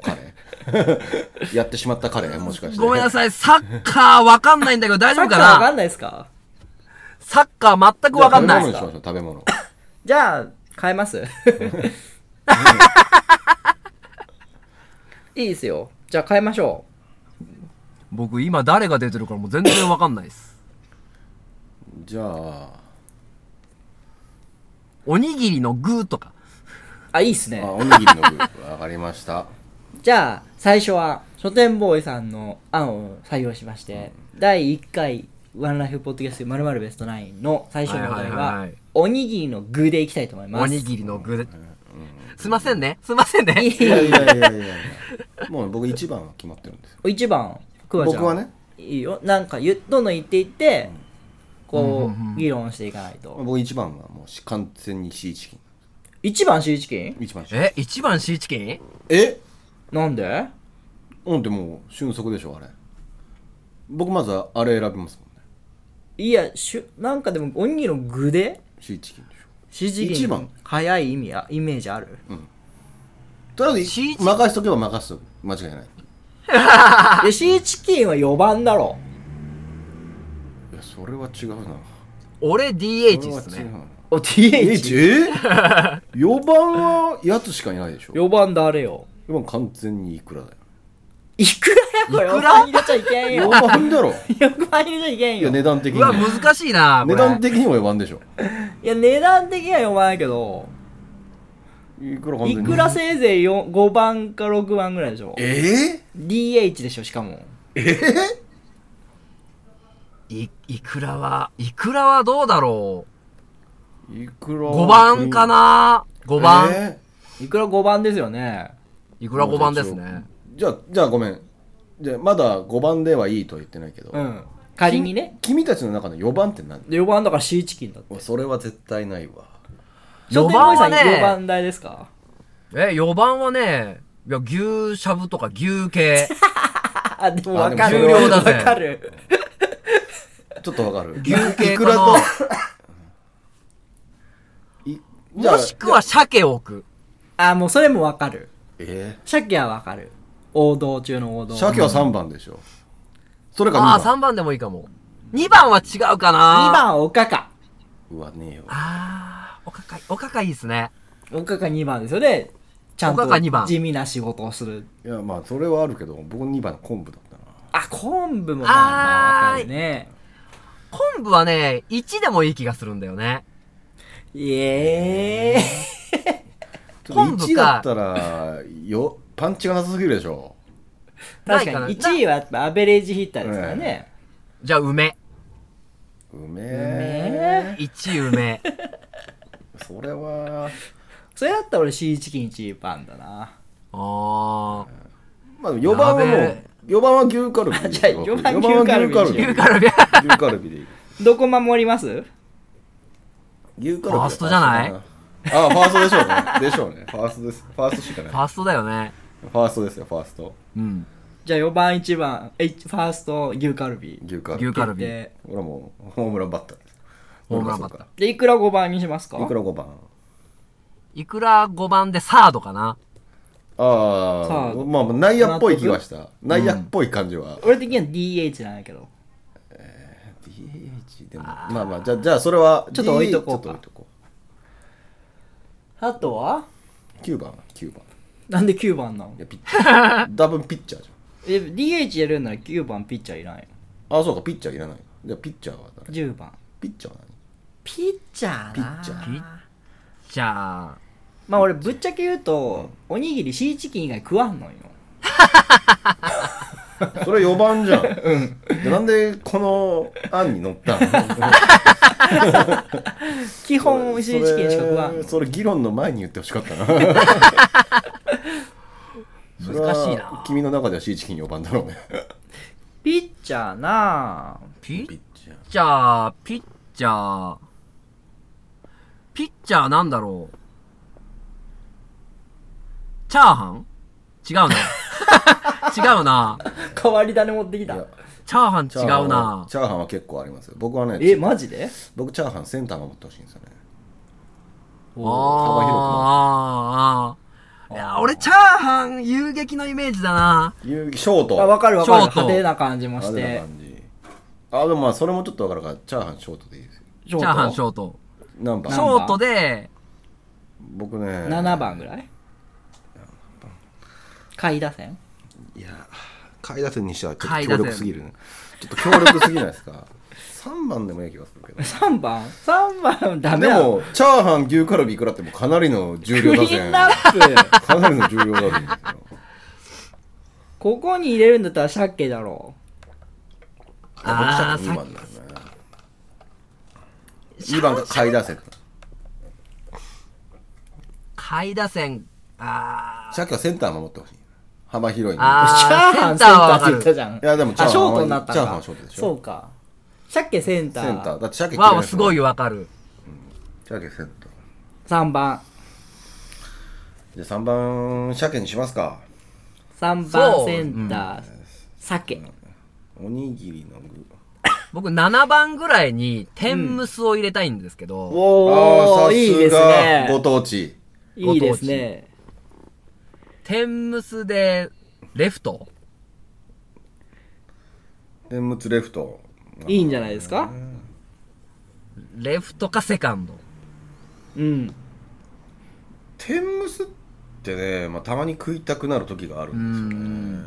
S4: 彼 やってしまった彼もしかして
S5: ごめんな
S4: さ
S5: さいサッカーわかんないんだけど大
S2: サ
S5: 丈夫
S2: ッカ
S5: か
S2: ー分か
S5: なん
S2: ないですか
S5: サッカー全くわかんない
S4: 食べ物にしましょう食べ物
S2: じゃあ変えますいいですよじゃあ変えましょ
S5: 僕今誰が出てるからもう全然わかんないです
S4: じゃあ
S5: おにぎりの具と
S2: う
S5: か
S2: あいいっすね
S4: あおにぎりの具わかりました
S2: じゃあ最初は書店ボーイさんの案を採用しまして、第1回ワンライフポッドキャストまるベストナインの最初のお題は,、
S5: はいはいはいはい
S2: おにぎりの具でいきたいと思います
S5: おにぎりの具ですいませんねすいませんね
S4: い やいやいやいやいやもう僕一番は決まってるんですよ
S2: 1番くわちゃん
S4: 僕はね
S2: いいよなんかゆどんどん言っていってこ
S5: うんうんうん
S2: う議論していかないと
S4: 僕一番はもうし完全にシーチキン
S2: 1番シーチキン
S4: 一番シー
S5: え一番シーチキン
S4: え
S2: なんで
S4: うんってもう俊足でしょあれ僕まずはあれ選びますもんね
S2: いやしゅなんかでもおにぎりの具で
S4: シーチキンでしょ
S2: シーチキン
S4: 一番
S2: 早い意味やイメージある
S4: とりあえず
S5: シーチキン
S4: 任しとけば任しとく間違いない
S2: いやシーチキンは4番だろ
S4: いやそれは違うな
S5: 俺 DH
S4: それ
S5: で
S4: は
S5: す
S4: 違う
S5: ね
S4: な
S2: お TH4
S4: え ?4 番はやつしかいないでしょ
S2: 番誰よ
S4: 4番完全にいくらだよ
S2: いくらやこれ4番入れちゃいけん
S4: 4
S2: よ
S4: 番だろ
S2: 4番入れちゃいけん
S4: いや
S2: よ
S4: 値段的
S5: う
S4: に
S5: わ
S4: も
S5: 難しいなこ
S4: 値
S5: れ
S4: 段的にも4番でしょ
S2: いや値段的には4番やけど
S4: いくら完
S2: い
S4: 全に
S2: くらせいぜい5番か6番ぐらいでしょ
S4: え
S2: DH でしょしかも
S5: いいくらはいくらはどうだろ
S4: ー、いくら
S5: う5番かな5番
S4: え
S2: いくら5番ですよね
S5: い
S4: ー
S5: くら5番ですね
S4: じゃあじゃあごめんじゃあまだ5番ではいいとは言ってないけど、
S2: うん仮にね
S4: 君たちの中の4番って何
S2: 4番だからシーチキンだって
S4: それは絶対ないわ
S5: 4
S2: 商店
S5: 番
S2: 街さ
S5: は
S2: ん4
S5: ね
S2: 番台ですか
S5: え4番はねいや牛しゃぶとか牛系
S2: あでも分か
S4: あ
S2: る
S4: でも重要だ
S5: ぜ
S2: 分かる
S4: ちょっとわかる
S5: 牛系
S4: いくら
S5: か
S4: と
S5: ない
S4: じゃあ
S5: もしくは鮭を置く
S2: あもうそれもわかる
S4: え
S2: 鮭はわかる王道中の王道
S4: ー、鮭は3番でしょそれか
S5: ああ
S4: 2番
S5: 3番でもいいかも2番は違うか
S2: 2
S5: な
S2: 番おかか
S4: うわねえよ
S5: あーおかかいおかかいいですね
S2: おかか2番ですよねちゃん
S5: おかか二
S2: と
S5: 番
S2: 地味な仕事をする
S4: いやまあそれはあるけど僕2番昆布だったな
S2: あ昆布もまあまあ
S5: あー
S2: わかるね
S5: 昆布はね1でもいい気がするんだよね
S2: イエーイ
S4: ちょっ
S5: 昆
S4: と
S5: 布か
S4: 1だったらよパンチがなさすぎるでしょ
S5: ない
S2: 確
S5: かな
S2: かに1位はやっぱアベレージヒッターですからね
S5: じゃあ梅
S4: うめ
S2: え
S4: え
S2: ー
S5: 1梅
S4: それは
S2: それだったら俺シーチキン1番だな。
S5: あ
S4: まあ、4番はも
S5: やべえ
S4: う、四番は牛カルビでいい
S2: じ
S4: よ。
S2: ゃあ四番
S4: 四は牛カルビ。
S5: ー。牛カルビ。
S4: 牛カルビでいい。
S2: どこ守ります
S4: 牛カルビ。
S5: ファーストじゃない
S4: ああ、ファーストでしょうね。でしょうね。ファーストです。ファーストしかない。
S5: フ
S4: フ
S5: ァーストだよね。
S4: ァーストですよ、ファースト。
S5: うん。
S2: じゃあ4番1番、えファースト牛カルビ。
S4: 牛カル
S5: 牛
S4: ビ。
S5: カルビ。
S2: で、
S4: 俺はもう、ホームランバッターです。
S5: ホームランバッター
S4: そうか
S2: でいくら5番にしますか
S4: そうかいくら5番。
S5: いくら5番でサードかな
S4: あ
S2: さあ
S4: あ、まあ、内野っぽい気がした。内野っぽい感じは。
S2: 俺的には DH なんやけど。
S4: DH でも、まあまあ、じゃあ、じゃあそれは、
S2: ちょっと置いとこうか
S4: DH ちょっと置いとこ
S2: あとは
S4: う。9番、9番。
S2: なんで9番なの
S4: いや、ピッチャ ー。多分ピッチャーじ
S2: え ?DH やるんなら9番ピッチャーいらんよ。
S4: ゃん。ああ、そうか、ピッチャーいらない。じゃあ、ピッチャーは誰
S2: 10番。
S4: ピッチャーは
S2: ピッチャー
S4: ピッチャー
S5: ピッチャー。
S2: まあ俺ぶっちゃけ言うと、おにぎりシーチキン以外食わんのよ。
S4: 何それ4 番じゃん。でなんでこの案に乗ったの
S2: 基本シーチキンしか食わんの
S4: それ。それ議論の前に言ってほし かったな。それは
S5: 難しいな。
S4: 君の中ではシーチキン4番だろうね。
S2: ピッチャーなぁ。
S5: ピッ
S4: チャー。
S5: ピッチャー、ピッチャー、ピッチャーなんだろう。チャーハン違 うな。違うな。
S2: 変わり種持ってき
S4: い
S2: た
S4: や。
S5: チャーハン
S4: チャーハン
S5: 違うな
S4: は。チャーハンは結構ありますよ。僕はね、
S2: え、マジで
S4: 僕チャーハンセンター守ってほしいんですよね。
S5: あー
S4: 幅広
S5: あー、あーいや、俺、チャーハン、遊撃のイメージだな。
S4: ゆショー
S2: あ、
S4: ト。
S2: わかるわかる。
S5: ショート
S2: 派手な感じも
S4: あ
S2: し
S4: れな
S2: て。
S4: 感じ。あ、でもまあ、それもちょっとわかるから、チャーハンショートでいいですよ。
S2: チ
S5: チャーハン、ショート。
S4: 何
S5: シ
S2: そ
S4: 番
S2: う
S5: ョートで、
S4: 僕ね。
S2: 7番ぐらい下位打線
S4: いや、下位打線にしてはちょ
S5: 下
S4: っ
S5: 位
S4: と
S5: 打線
S4: 強力すぎるね。ちょっと強力すぎないで すか。3番でもいい気がするけど。
S2: ?3 番 ?3 番ダメ
S4: で
S2: だ。
S4: も、チャーハン、牛カルビいくらってもかなりの重量
S2: ク
S4: 打
S2: リー
S4: 線。
S2: ンナ
S4: か
S2: ップ
S4: なりの重 量打線ですよ。
S2: ここに入れるんだったら鮭だろ
S5: あー
S4: 2番だよね。2番が下位打線。
S5: 下位打線、あ
S4: さっきはセンター守ってほしい。幅広いね
S5: ー。あ
S2: う。チャーハンセンターって言ったじゃん。
S4: いやでもチャー
S2: あ、
S4: ハン
S2: ショートになったか。
S4: チャーハンショートでしょ
S2: そうか。鮭センター。
S4: センター。だって鮭
S5: ー、わあ、すごい
S4: よ。
S5: よわかる。
S4: 鮭センター。
S2: 3番。
S4: じゃあ3番、鮭にしますか。
S2: 3
S5: そ
S2: 番
S5: う
S2: センター。鮭。
S4: おにぎりの具。
S5: 僕、7番ぐらいに、天むすを入れたいんですけど。
S2: お
S4: ー
S2: ー、いいです
S4: ご
S2: ね。
S4: 当地。
S2: いいですね。
S5: 天むすで、レフト
S4: 天むつレフト。
S2: いいんじゃないですか
S5: レフトかセカンド。
S2: うん。
S4: 天むすってね、まあ、たまに食いたくなる時があるん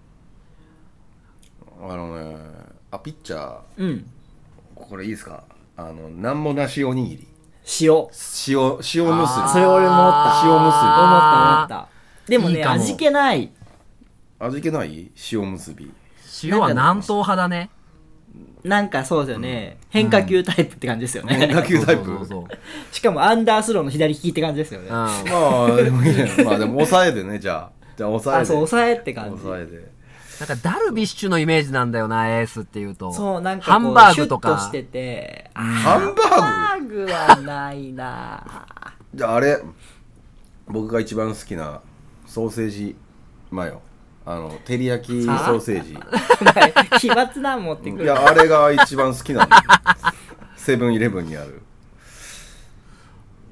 S4: ですよね。あのね、あ、ピッチャー、
S2: うん。
S4: これいいですかあの、なんもなしおにぎり。
S2: 塩。
S4: 塩、塩むす
S2: そ
S4: び。
S2: れ俺も思った。
S4: 塩むすび。
S2: 思った思った。でもね
S5: いいかも
S2: 味気ない。
S4: 味気ない塩むすび。
S5: 塩は南東派だね。
S2: なんかそうですよね。変化球タイプって感じですよね。
S4: 変化球タイプ。
S5: そうそうそう
S2: しかもアンダースローの左利きって感じですよね。あ、
S5: うん
S4: まあ、でもいいね。まあ、でも抑えでね、じゃあ。じゃあ抑えで。
S2: そう、抑えって感じ。
S4: 抑えで。
S5: なんかダルビッシュのイメージなんだよな、エースっていうと。
S2: そう、なん
S5: ハ
S2: かこ
S5: ン
S2: う、
S5: バー
S2: シュッ
S5: グと
S2: と
S5: か。
S2: してて。あ
S4: ハンバーグ
S2: ハンバーグはないなぁ
S4: じゃああれ僕が一番好きなソーセージマヨあの照り焼きソーセージ
S2: お前奇抜なん持ってく
S4: い
S2: る。
S4: やあれが一番好きなんだよ セブンイレブンにある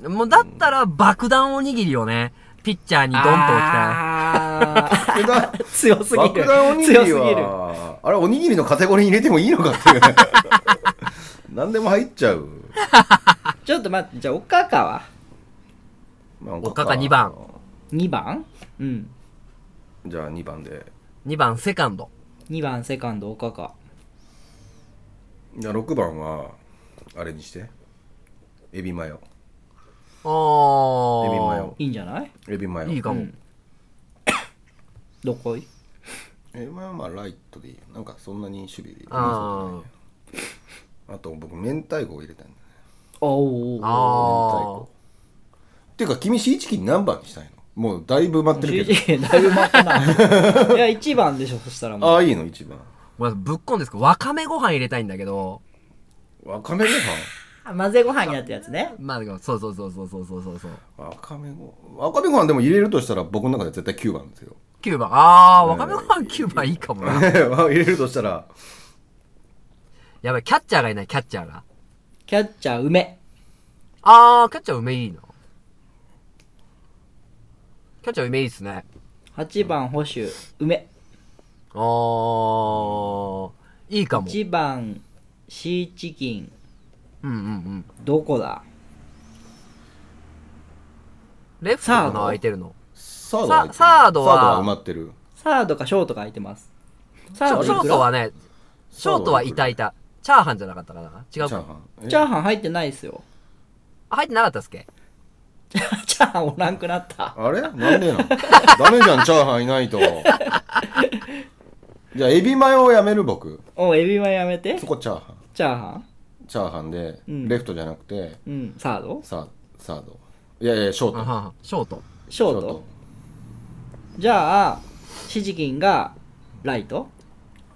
S5: もうだったら爆弾おにぎりをね、ピッチャーにドンと置きた
S2: あー
S4: 爆弾
S2: 強すぎる。
S4: 爆弾おにぎ
S2: 強す
S4: り
S2: ぎる。
S4: はあれおにぎりのカテゴリーに入れてもいいの かっていう何でも入っちゃう、
S2: ちょっと待って、じゃあ、おかかは
S4: まあ、
S5: おかか二番
S2: ?2 番うん。
S4: じゃあ2番で
S5: い。2番セカンド。
S2: 2番セカンドおかか。
S4: じゃあ6番はあれにしてエビマヨエ
S5: お
S4: ビマ
S5: ー
S4: ヨ
S2: いいんじゃない
S4: エビマヨ
S5: いいかも。
S2: どこい
S4: えまあまあライトでいいよなんかそんなに守備いい
S5: あ
S4: あと僕明太子を入れたんだね
S2: おー
S5: あー。
S4: ていうか君シーチキン何番にしたいのもうだいぶ待ってるけど
S2: だいぶ待った な。いや、一番でしょ、そしたらもう。
S4: ああいいの一番
S5: ごめんなさいぶっこんですけど、わかめご飯入れたいんだけど、
S4: わかめご
S2: 混ぜご飯になったやつね。
S5: まあでも、そうそうそうそうそうそうそうそう。
S4: 飯わかめご飯わかめご飯でも入れるとしたら僕の中で絶対9番ですよ
S5: 9番。あー、わかめご飯9番いいかもな。
S4: 入れるとしたら
S5: やばい、キャッチャーがいない、キャッチャーが。
S2: キャッチャー、梅。
S5: あー、キャッチャー梅いいな。キャッチャー梅いいっすね。
S2: 8番、保守、梅。
S5: あー、いいかも。
S2: 1番、シーチキン、
S5: うんうんうん。
S2: どこだ
S5: レフト
S2: サー
S5: か
S2: ド
S5: な空いてるの。
S4: サードは入ってる
S5: ササードは
S4: サードは埋まってる
S2: サードかショートか空いてます。
S5: シ
S2: サー
S5: ョ
S2: ド
S5: ショ
S2: い
S5: ー
S2: く
S5: ト
S2: ら
S5: はね、ショートはいたいた。チャーハンじゃなかったかな違う
S4: チャー
S5: か。
S4: ハンえ
S2: チャーハン入ってないですよ。
S5: 入ってなかったっすっけ
S2: チャーハンおらんくなった。
S4: あれなんでなんダメじゃんチャーハンいないとじゃあエビマヨをやめる僕
S2: おうエビはやめて
S4: そ。こチャーハン
S2: チャーハン
S4: チャーハンで、
S2: うん
S4: レフトじゃなくて
S2: うん、サード
S4: ササードいやいやショー
S5: あは
S4: ト
S5: はショート。
S2: ショートじゃあ、シーチキンがライト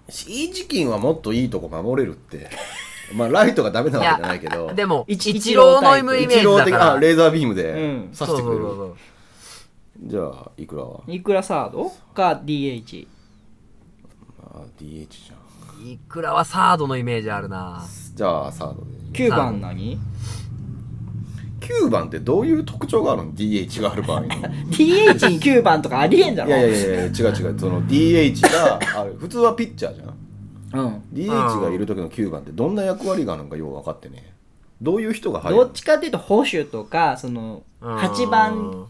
S4: シーチキンはもっといいとこ守れるってまあライトがダメなわけじゃないけど
S5: でも、
S2: 一
S5: 一郎のイメー
S4: 一
S5: ジ
S4: 郎
S5: だか
S4: 的
S5: ら。
S4: なレーザービームで
S2: うん
S4: 刺してくれる、
S5: そうそうそう
S4: じゃあいくらはい
S2: くらサードか DH。
S4: あ DH じゃん
S5: そういくらはサードのイメージあるな。
S4: じゃあサードで
S2: 9番何
S4: 9番ってどういう特徴があるの DH がある場合の
S2: ?DH に9番とかありえんだ
S4: い
S2: ろ
S4: やいやいや違う違 うその DH がある普通はピッチャーじゃん
S2: うん。
S4: DH がいる時の9番ってどんな役割があるのかよう分かってねどういう人が入る
S2: ど
S4: の
S2: っちかっていうと、保守とか、その、
S5: うん
S2: 8番、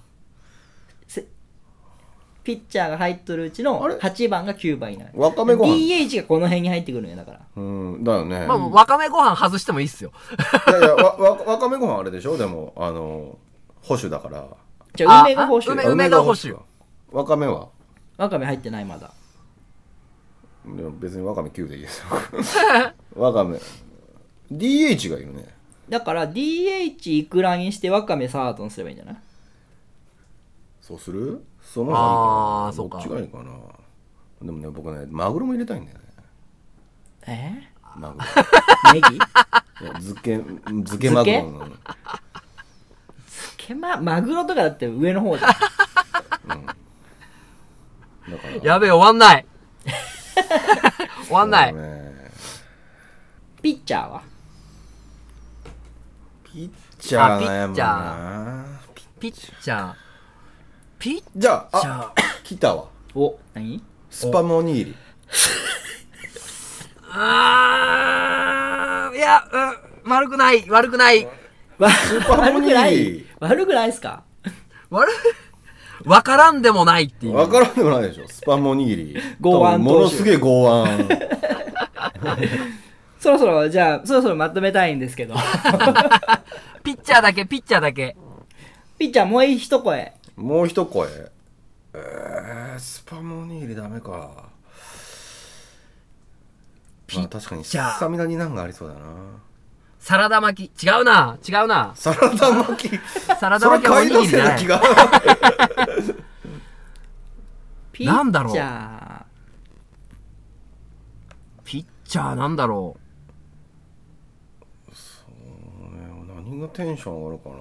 S2: ピッチャーが入っとるうちの
S4: あれ
S2: 8番が9番いない。
S4: わかめご飯
S2: DH がこの辺に入ってくるんやだから。
S4: うんだよね、
S5: まあ、わかめご飯外してもいいっすよ。
S4: いやいやわわわかめご飯あれでしょでもあの保守だから
S2: じゃあ、梅が保守
S5: あ。梅
S4: あ
S5: 梅が保守
S4: わかめは
S2: わかめ入ってない、まだ。
S4: でも別にわかめ9でいいです よわかめ DH がいるね
S2: だから DH いくらにしてわかめサードにすればいいんじゃない
S4: そうするその
S5: あ
S4: 方
S5: ーそう
S4: が
S5: か
S4: いいかなどっちがいいかなでもね僕ねマグロも入れたいんだよね
S2: え
S4: マグロ
S2: ネ ギ
S4: いや漬け漬けマグロの
S2: けま、マグロとかだって上の方じゃん。
S4: だから
S5: やべえ、終わんない。 終わんない。
S4: ね
S2: ピッチャーは
S4: ピッチャー
S5: あ
S4: 悩む
S5: ピッチャ
S4: なピ
S5: ピッチャー。ピッ
S4: じゃあ
S5: チャ
S4: あ 来たわ
S2: お、何
S4: スパムおにぎり
S5: あー、いや、うん、悪くない、悪くない。
S4: スパム お
S2: 悪
S4: に
S2: くな
S4: ぎ
S2: い
S4: り
S2: 悪くないっすか
S5: 悪い、わからんでもないっていう。
S4: わからんでもないでしょスパムおにぎ り
S2: 剛腕投手
S4: 多分ものすげえ剛腕
S2: そろそろ、じゃあ、そろそろまとめたいんですけ ど。
S5: ピッチャーだけ、ピッチャーだけ。
S2: ピッチャーもう一声。
S4: もう一声えー、スパムおにぎりダメかまあ確かに
S5: チャー
S4: スタミナになんがありそうだな
S5: サラダ巻き。違うな、違うな。
S4: サラダ巻き
S5: サラダ
S4: それ
S5: 巻きはお
S4: 買い
S5: にぎ
S4: 出
S5: り
S4: せ
S5: じゃ
S4: な
S5: な
S4: 気
S5: い。
S4: が
S2: ピ
S5: なんだろ
S2: ッ
S5: う
S2: チャー。
S5: ピッチャーなんだろう。
S4: 何がテンション上がるかな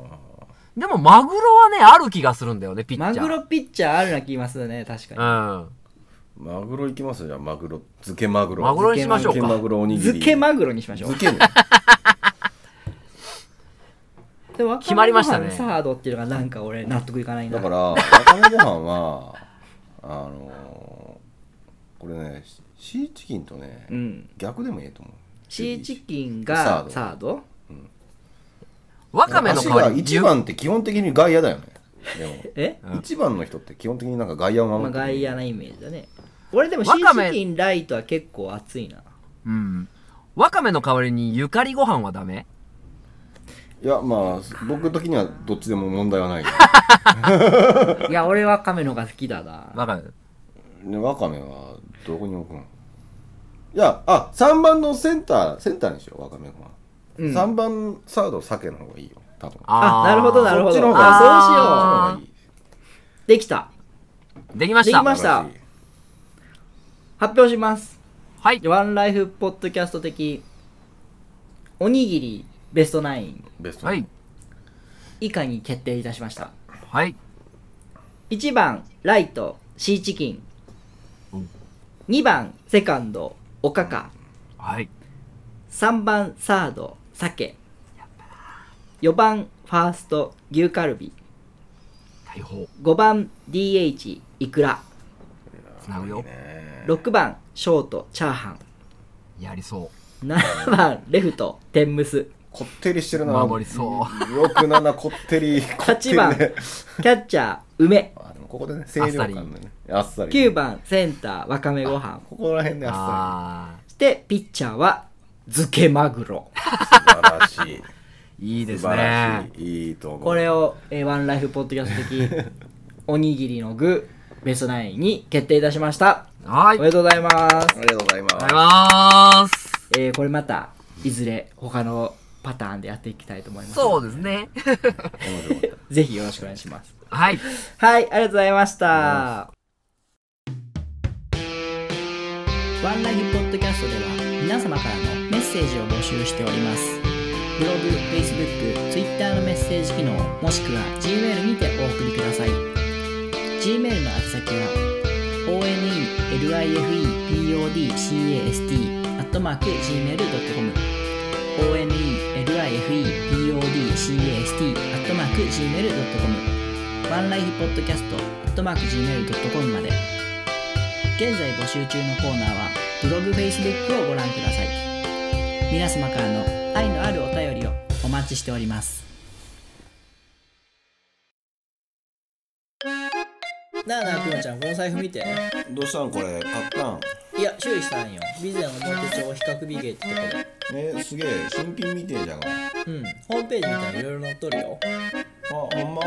S5: でも、マグロはね、ある気がするんだよね、ピッチャ
S2: マ
S5: ー。
S2: グロピッチャーあるな気ますね、確か
S5: うん。
S4: マグロいきますじゃあマグロ漬けマグロ
S5: マグロにしましょう
S4: 漬
S5: か
S4: けマグロおに
S2: に。
S4: ぎり
S2: 漬けマグロにしましょう。
S4: 漬けね
S2: でわかめ
S5: 決まりましたね
S2: ご飯サードっていうのがなんか俺納得いかないな。
S4: だからわかめご飯はあのーこれねシシーチキンとね、
S2: うん。
S4: 逆でもいいと思う
S2: シーチ
S4: ン
S2: キンが
S4: サ
S2: サード
S5: わかめの
S4: 足が
S5: 代わり
S4: 1番って基本的に外野だよねでも
S2: え
S4: 1番の人って基本的になんか外野を
S2: まあ
S4: 守ってる
S2: 外野なイメージだね。俺でもシ
S5: わかめ
S2: ーチキンライトは結構熱いな。
S5: うん。わかめの代わりにゆかりご飯はダメ
S4: いやまあ僕的にはどっちでも問題はない
S2: いや、俺はカメのが好きだな。
S5: わかめ。
S4: でワカメはどこに置くのいやあ三3番のセンターセンターにしようワカメご飯、
S2: うん
S4: 3番サード鮭の方がいいよ多分
S2: あ、なるほど、なるほ
S4: そっち
S2: ど。
S4: の方が
S2: あ、
S5: あ
S2: そうしよう。できた。
S5: ど。できました。
S2: できました
S4: 素晴らい
S2: 発表します。
S5: はい。
S2: ワンライフポッドキャスト的、おにぎりベストナイン
S4: ベスト
S5: はい。
S2: 以下に決定いたしました。
S5: はい。
S2: 1番、ライト、シーチキン
S5: うん。
S2: 2番、セカンド、おかか。
S5: はい。
S2: 3番、サード、鮭。4番、ファースト、牛カルビ。
S5: 大砲。
S2: 5番、DH、イクラ。
S5: つなぐよ。
S2: 6番、ショート、チャーハン。
S5: やりそ
S2: 7番、レフト、天むす。
S4: こってりしてる
S5: う。
S4: な
S5: 守りそう。
S4: 67こってりこって
S2: 8
S4: り
S2: 番、キ
S4: ね
S2: ャッチャー、梅。
S4: あでもここでね清涼感のねあっさり
S2: 9番、センター、わかめご飯。
S4: ここら辺であ
S5: あ
S2: そして、ピッチャーは、漬けマグロ。
S4: っさり素晴らしい
S5: ーいいで
S4: 素
S5: す
S4: 晴ら
S5: ね。
S4: しいいいと思う
S2: これを、えーワンライフポッドキャスト的、おにぎりの具、ベストナインに決定いたしました。
S5: は
S2: お
S5: い。
S2: めでとうございます
S4: あ。りがとうございます
S5: ありがとうございます。
S2: えーこれまた、いずれ、他のパターンでやっていきたいと思います。
S5: そうですね。
S2: ぜひよろしくお願いします。
S5: はい。
S2: はい、ありがとうございました。
S1: ワンライフポッドキャストでは皆様からのメッセージを募集しております。ブログ、Facebook、Twitter のメッセージ機能、もしくは Gmail にてお送りください。Gmail の宛先は onelifepodcast.gmail.com onelifepodcast.gmail.com ワンライフポッドキャスト .gmail.com まで現在募集中のコーナーはブログ Facebook をご覧ください皆様からの愛のあるお便りをお待ちしておりますなあなあくまちゃんこの財布見て
S4: どうしたんこれ買ったん
S1: いや修理したんよ備前表帳比較美芸ってとこ
S4: えすげえ新品みてえじゃんあ
S1: でうんホームページ見たらいろいろ載っとるよ
S4: ほんま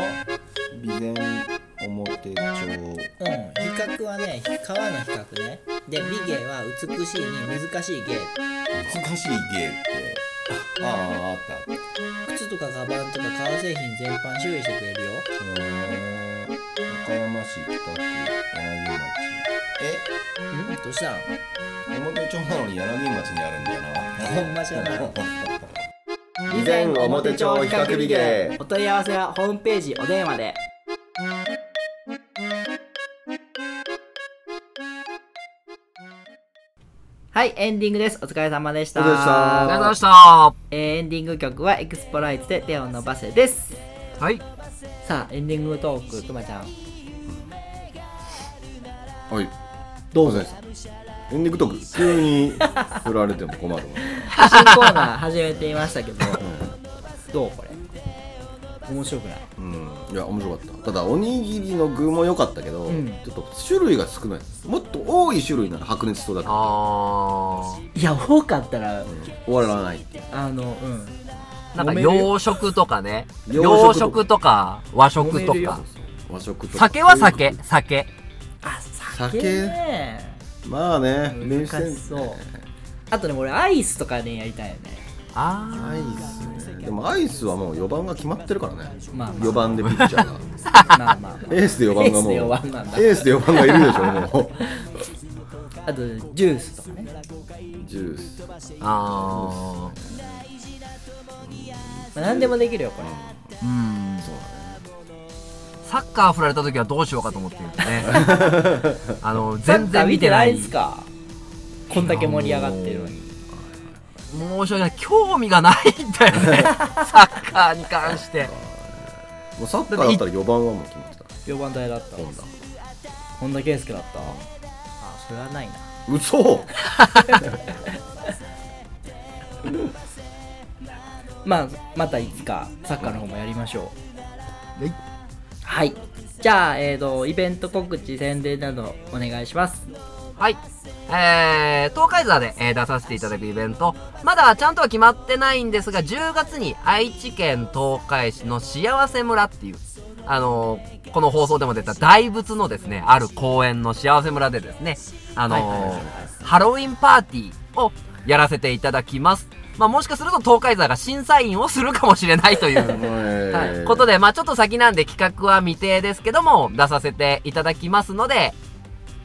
S4: 備前表帳
S1: うん比較はね川の比較ねで美芸は美しいに難しい芸
S4: 難しい芸ってあああったう
S1: 靴とかカバンとか革製品全般修理してくれるよ
S4: ーん岡山市北区柳町
S1: うんどうしたん
S4: え表帳なのに柳 町にあるんだよな
S1: ほんまじゃない
S4: 備前表帳比較美芸
S2: お問い合わせはホームページお電話で。はい、エンディングです。お疲れ様でした。
S4: お疲れ様でした
S5: ありがとうございました。
S2: えーエンディング曲はエクスポライズで手を伸ばせです。
S5: はい。
S2: さあ、エンディングトーク、とまちゃん。
S4: はいどうぞエンディングトーク急に振られても困るもん
S2: 新コーナー始めていましたけど、どうこれ面白くない
S4: うん、いや面白かったただおにぎりの具も良かったけど、
S2: ん
S4: ちょっと種類が少ないもっと多い種類なら白熱しそうだか
S5: あ
S2: いや、多かったら、
S4: ら終わらないっていう
S2: あの、うん。
S5: ー。なんか
S2: 飲める
S5: 洋食とかね。
S4: 洋食とか
S5: 洋食とか、和食
S2: 飲
S5: と
S2: めるよ
S5: か。
S4: 和食とか
S5: 酒は酒。酒。
S2: あ、
S4: 酒
S2: 酒ね。
S4: まあね
S2: 難しそう。あとね、俺、アイスとかね、やりたいよね。
S5: あ
S4: アイスねでもアイスはもう4番が決まってるからね、
S2: まあまあ
S4: 4番でピッチ ャーが
S2: まあまあ。
S4: エースで4番がもう
S2: エースで四番なんだ
S4: エースで4番がいるでしょ も
S2: あと、ジュースとかね。
S4: うジュース
S5: ー。あ
S2: まあ、何でもできるよ、これ。
S5: ー。うん。サッカー振られた時はどうしようかと思ってるんで ね。あの、全然見てな
S2: サッカー
S5: い。
S2: 見てないんすかこんだけ盛り上がってるのに。
S5: 申し訳ない。 興味がないんだよね。サッカーに関して。
S4: もうサッカーだったら4番はもう決まってた
S2: 4番台だった。
S4: 今度
S2: 本田圭佑だった。あ、それはないな。
S4: 嘘
S2: まあ、またいつかサッカーの方もやりましょう。はい。じゃあ、えっ、と、イベント告知、宣伝などお願いします。
S5: はい。えー、東海座で、えー出させていただくイベント、まだちゃんとは決まってないんですが、10月に愛知県東海市の幸せ村っていう、あのーこの放送でも出た大仏のですね、ある公園の幸せ村でですね、あのーハロウィンパーティーをやらせていただきます。まあ、もしかすると東海座が審査員をするかもしれないというはいことで、まあ、ちょっと先なんで企画は未定ですけども、出させていただきますので、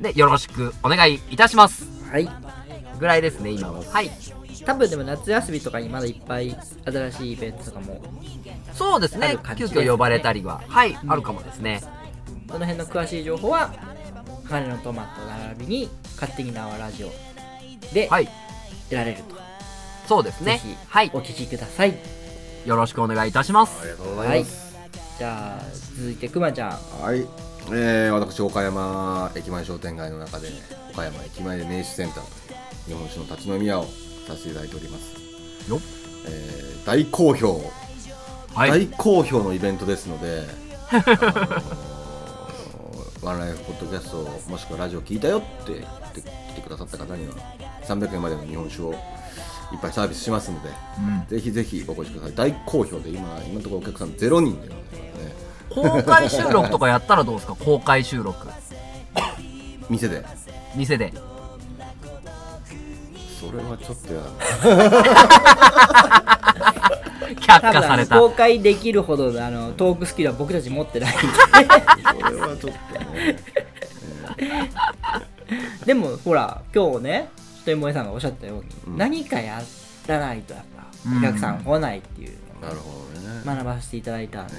S5: で、よろしくお願いいたします。
S2: はい
S5: ぐらいですね、今は。はい。
S2: 多分でも夏休みとかにまだいっぱい新しいイベントとかも
S5: そうです
S2: あ
S5: ね
S2: る感。じ
S5: 急
S2: です
S5: 遽呼ばれたりは。はい、あるかもですね。
S2: その辺の詳しい情報は「彼のトマト」並びに「勝手に縄ラジオ」で
S5: はい。
S2: 得られると、
S5: そうですね
S2: ぜひ。
S5: はい
S2: お。聞きください
S5: よろしくお願いいたします。
S2: はいじゃあ続いてくまちゃん
S4: はい、えー、私岡山駅前商店街の中で岡山駅前で名酒センターという日本酒の立ち飲み屋をさせていただいております
S5: よっ
S4: えー大好評、
S5: はい。
S4: 大好評のイベントですのであのーワンライフポッドキャストもしくはラジオ聞いたよって言って来てくださった方には300円までの日本酒をいっぱいサービスしますので、ぜひぜひお越しください大好評で今今のところお客さん0人でございますね
S5: 公開収録とかやったらどうで すか公開収録。
S4: 店で
S5: 店で。
S4: それはちょっとやだな
S2: 多分
S5: 却下さ
S2: あの
S5: れた。
S2: 公開できるほどのあのトークスキルは僕たち持って ないん
S4: これはちょっとね。
S2: ででもほら今日ねともえさんがおっしゃったように、
S4: うん
S2: 何かやらないとやっぱ
S5: うん
S2: お客さん来ないっていう
S4: なるほどね。
S2: 学ばせていただいたんで、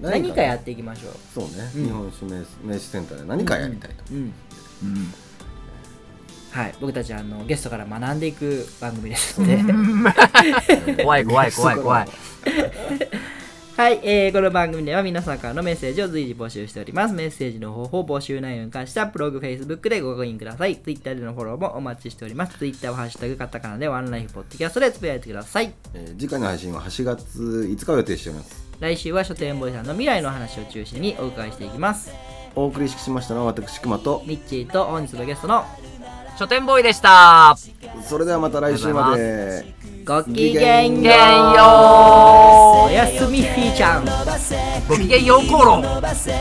S2: 何かやっていきましょう
S4: そうね、
S2: うん
S4: 日本酒名名刺センターで何かやりたいと。
S2: うん
S5: うん
S2: はい、僕たちあのゲストから学んでいく番組ですので、
S5: 怖い怖い怖い怖い。
S2: はい、えーこの番組では皆さんからのメッセージを随時募集しておりますメッセージの方法募集内容に関してはブログ Facebook でご確認ください Twitter でのフォローもお待ちしております Twitter はハッシュタグカタカナでワンライフポッドキャストでつぶやいてください
S4: えー次回の配信は8月5日を予定しております。
S2: 来週は書店ボーイさんの未来の話を中心にお伺いしていきます
S4: お送りしましたのは私熊と。
S2: ミッチーと本日のゲストの
S5: 書店ボーイでした。
S4: それではまた来週ま
S5: あり
S4: で。
S2: ごきげん
S5: ごき
S2: よ
S5: げん
S2: う
S5: よう。
S2: おやすみフィーちゃん
S5: ごきげんようコロン。
S6: 伸ばせ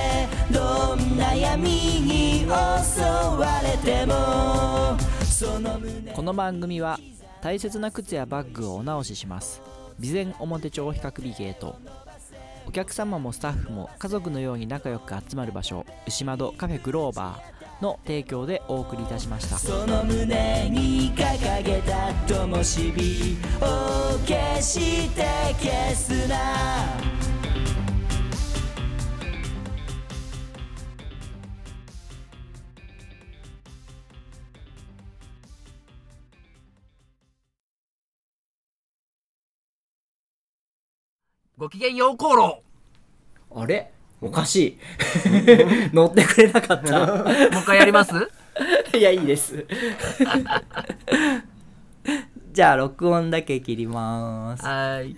S6: どんな闇に襲われてもその胸この番組は大切な靴やバッグをお直しします備前表帳比較美ゲートお客様もスタッフも家族のように仲良く集まる場所牛窓カフェグローバーの提供でお送りいたしましたその胸に掲げた灯火を消して消すな
S5: ごきげんようコロ。
S2: あれおかしい 乗ってくれなかった
S5: もう一回やります
S2: いや、いいです。じゃあ、録音だけ切りまーす。
S5: はい。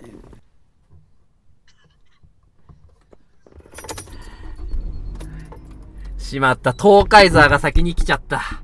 S5: しまった、東海ザーが先に来ちゃった。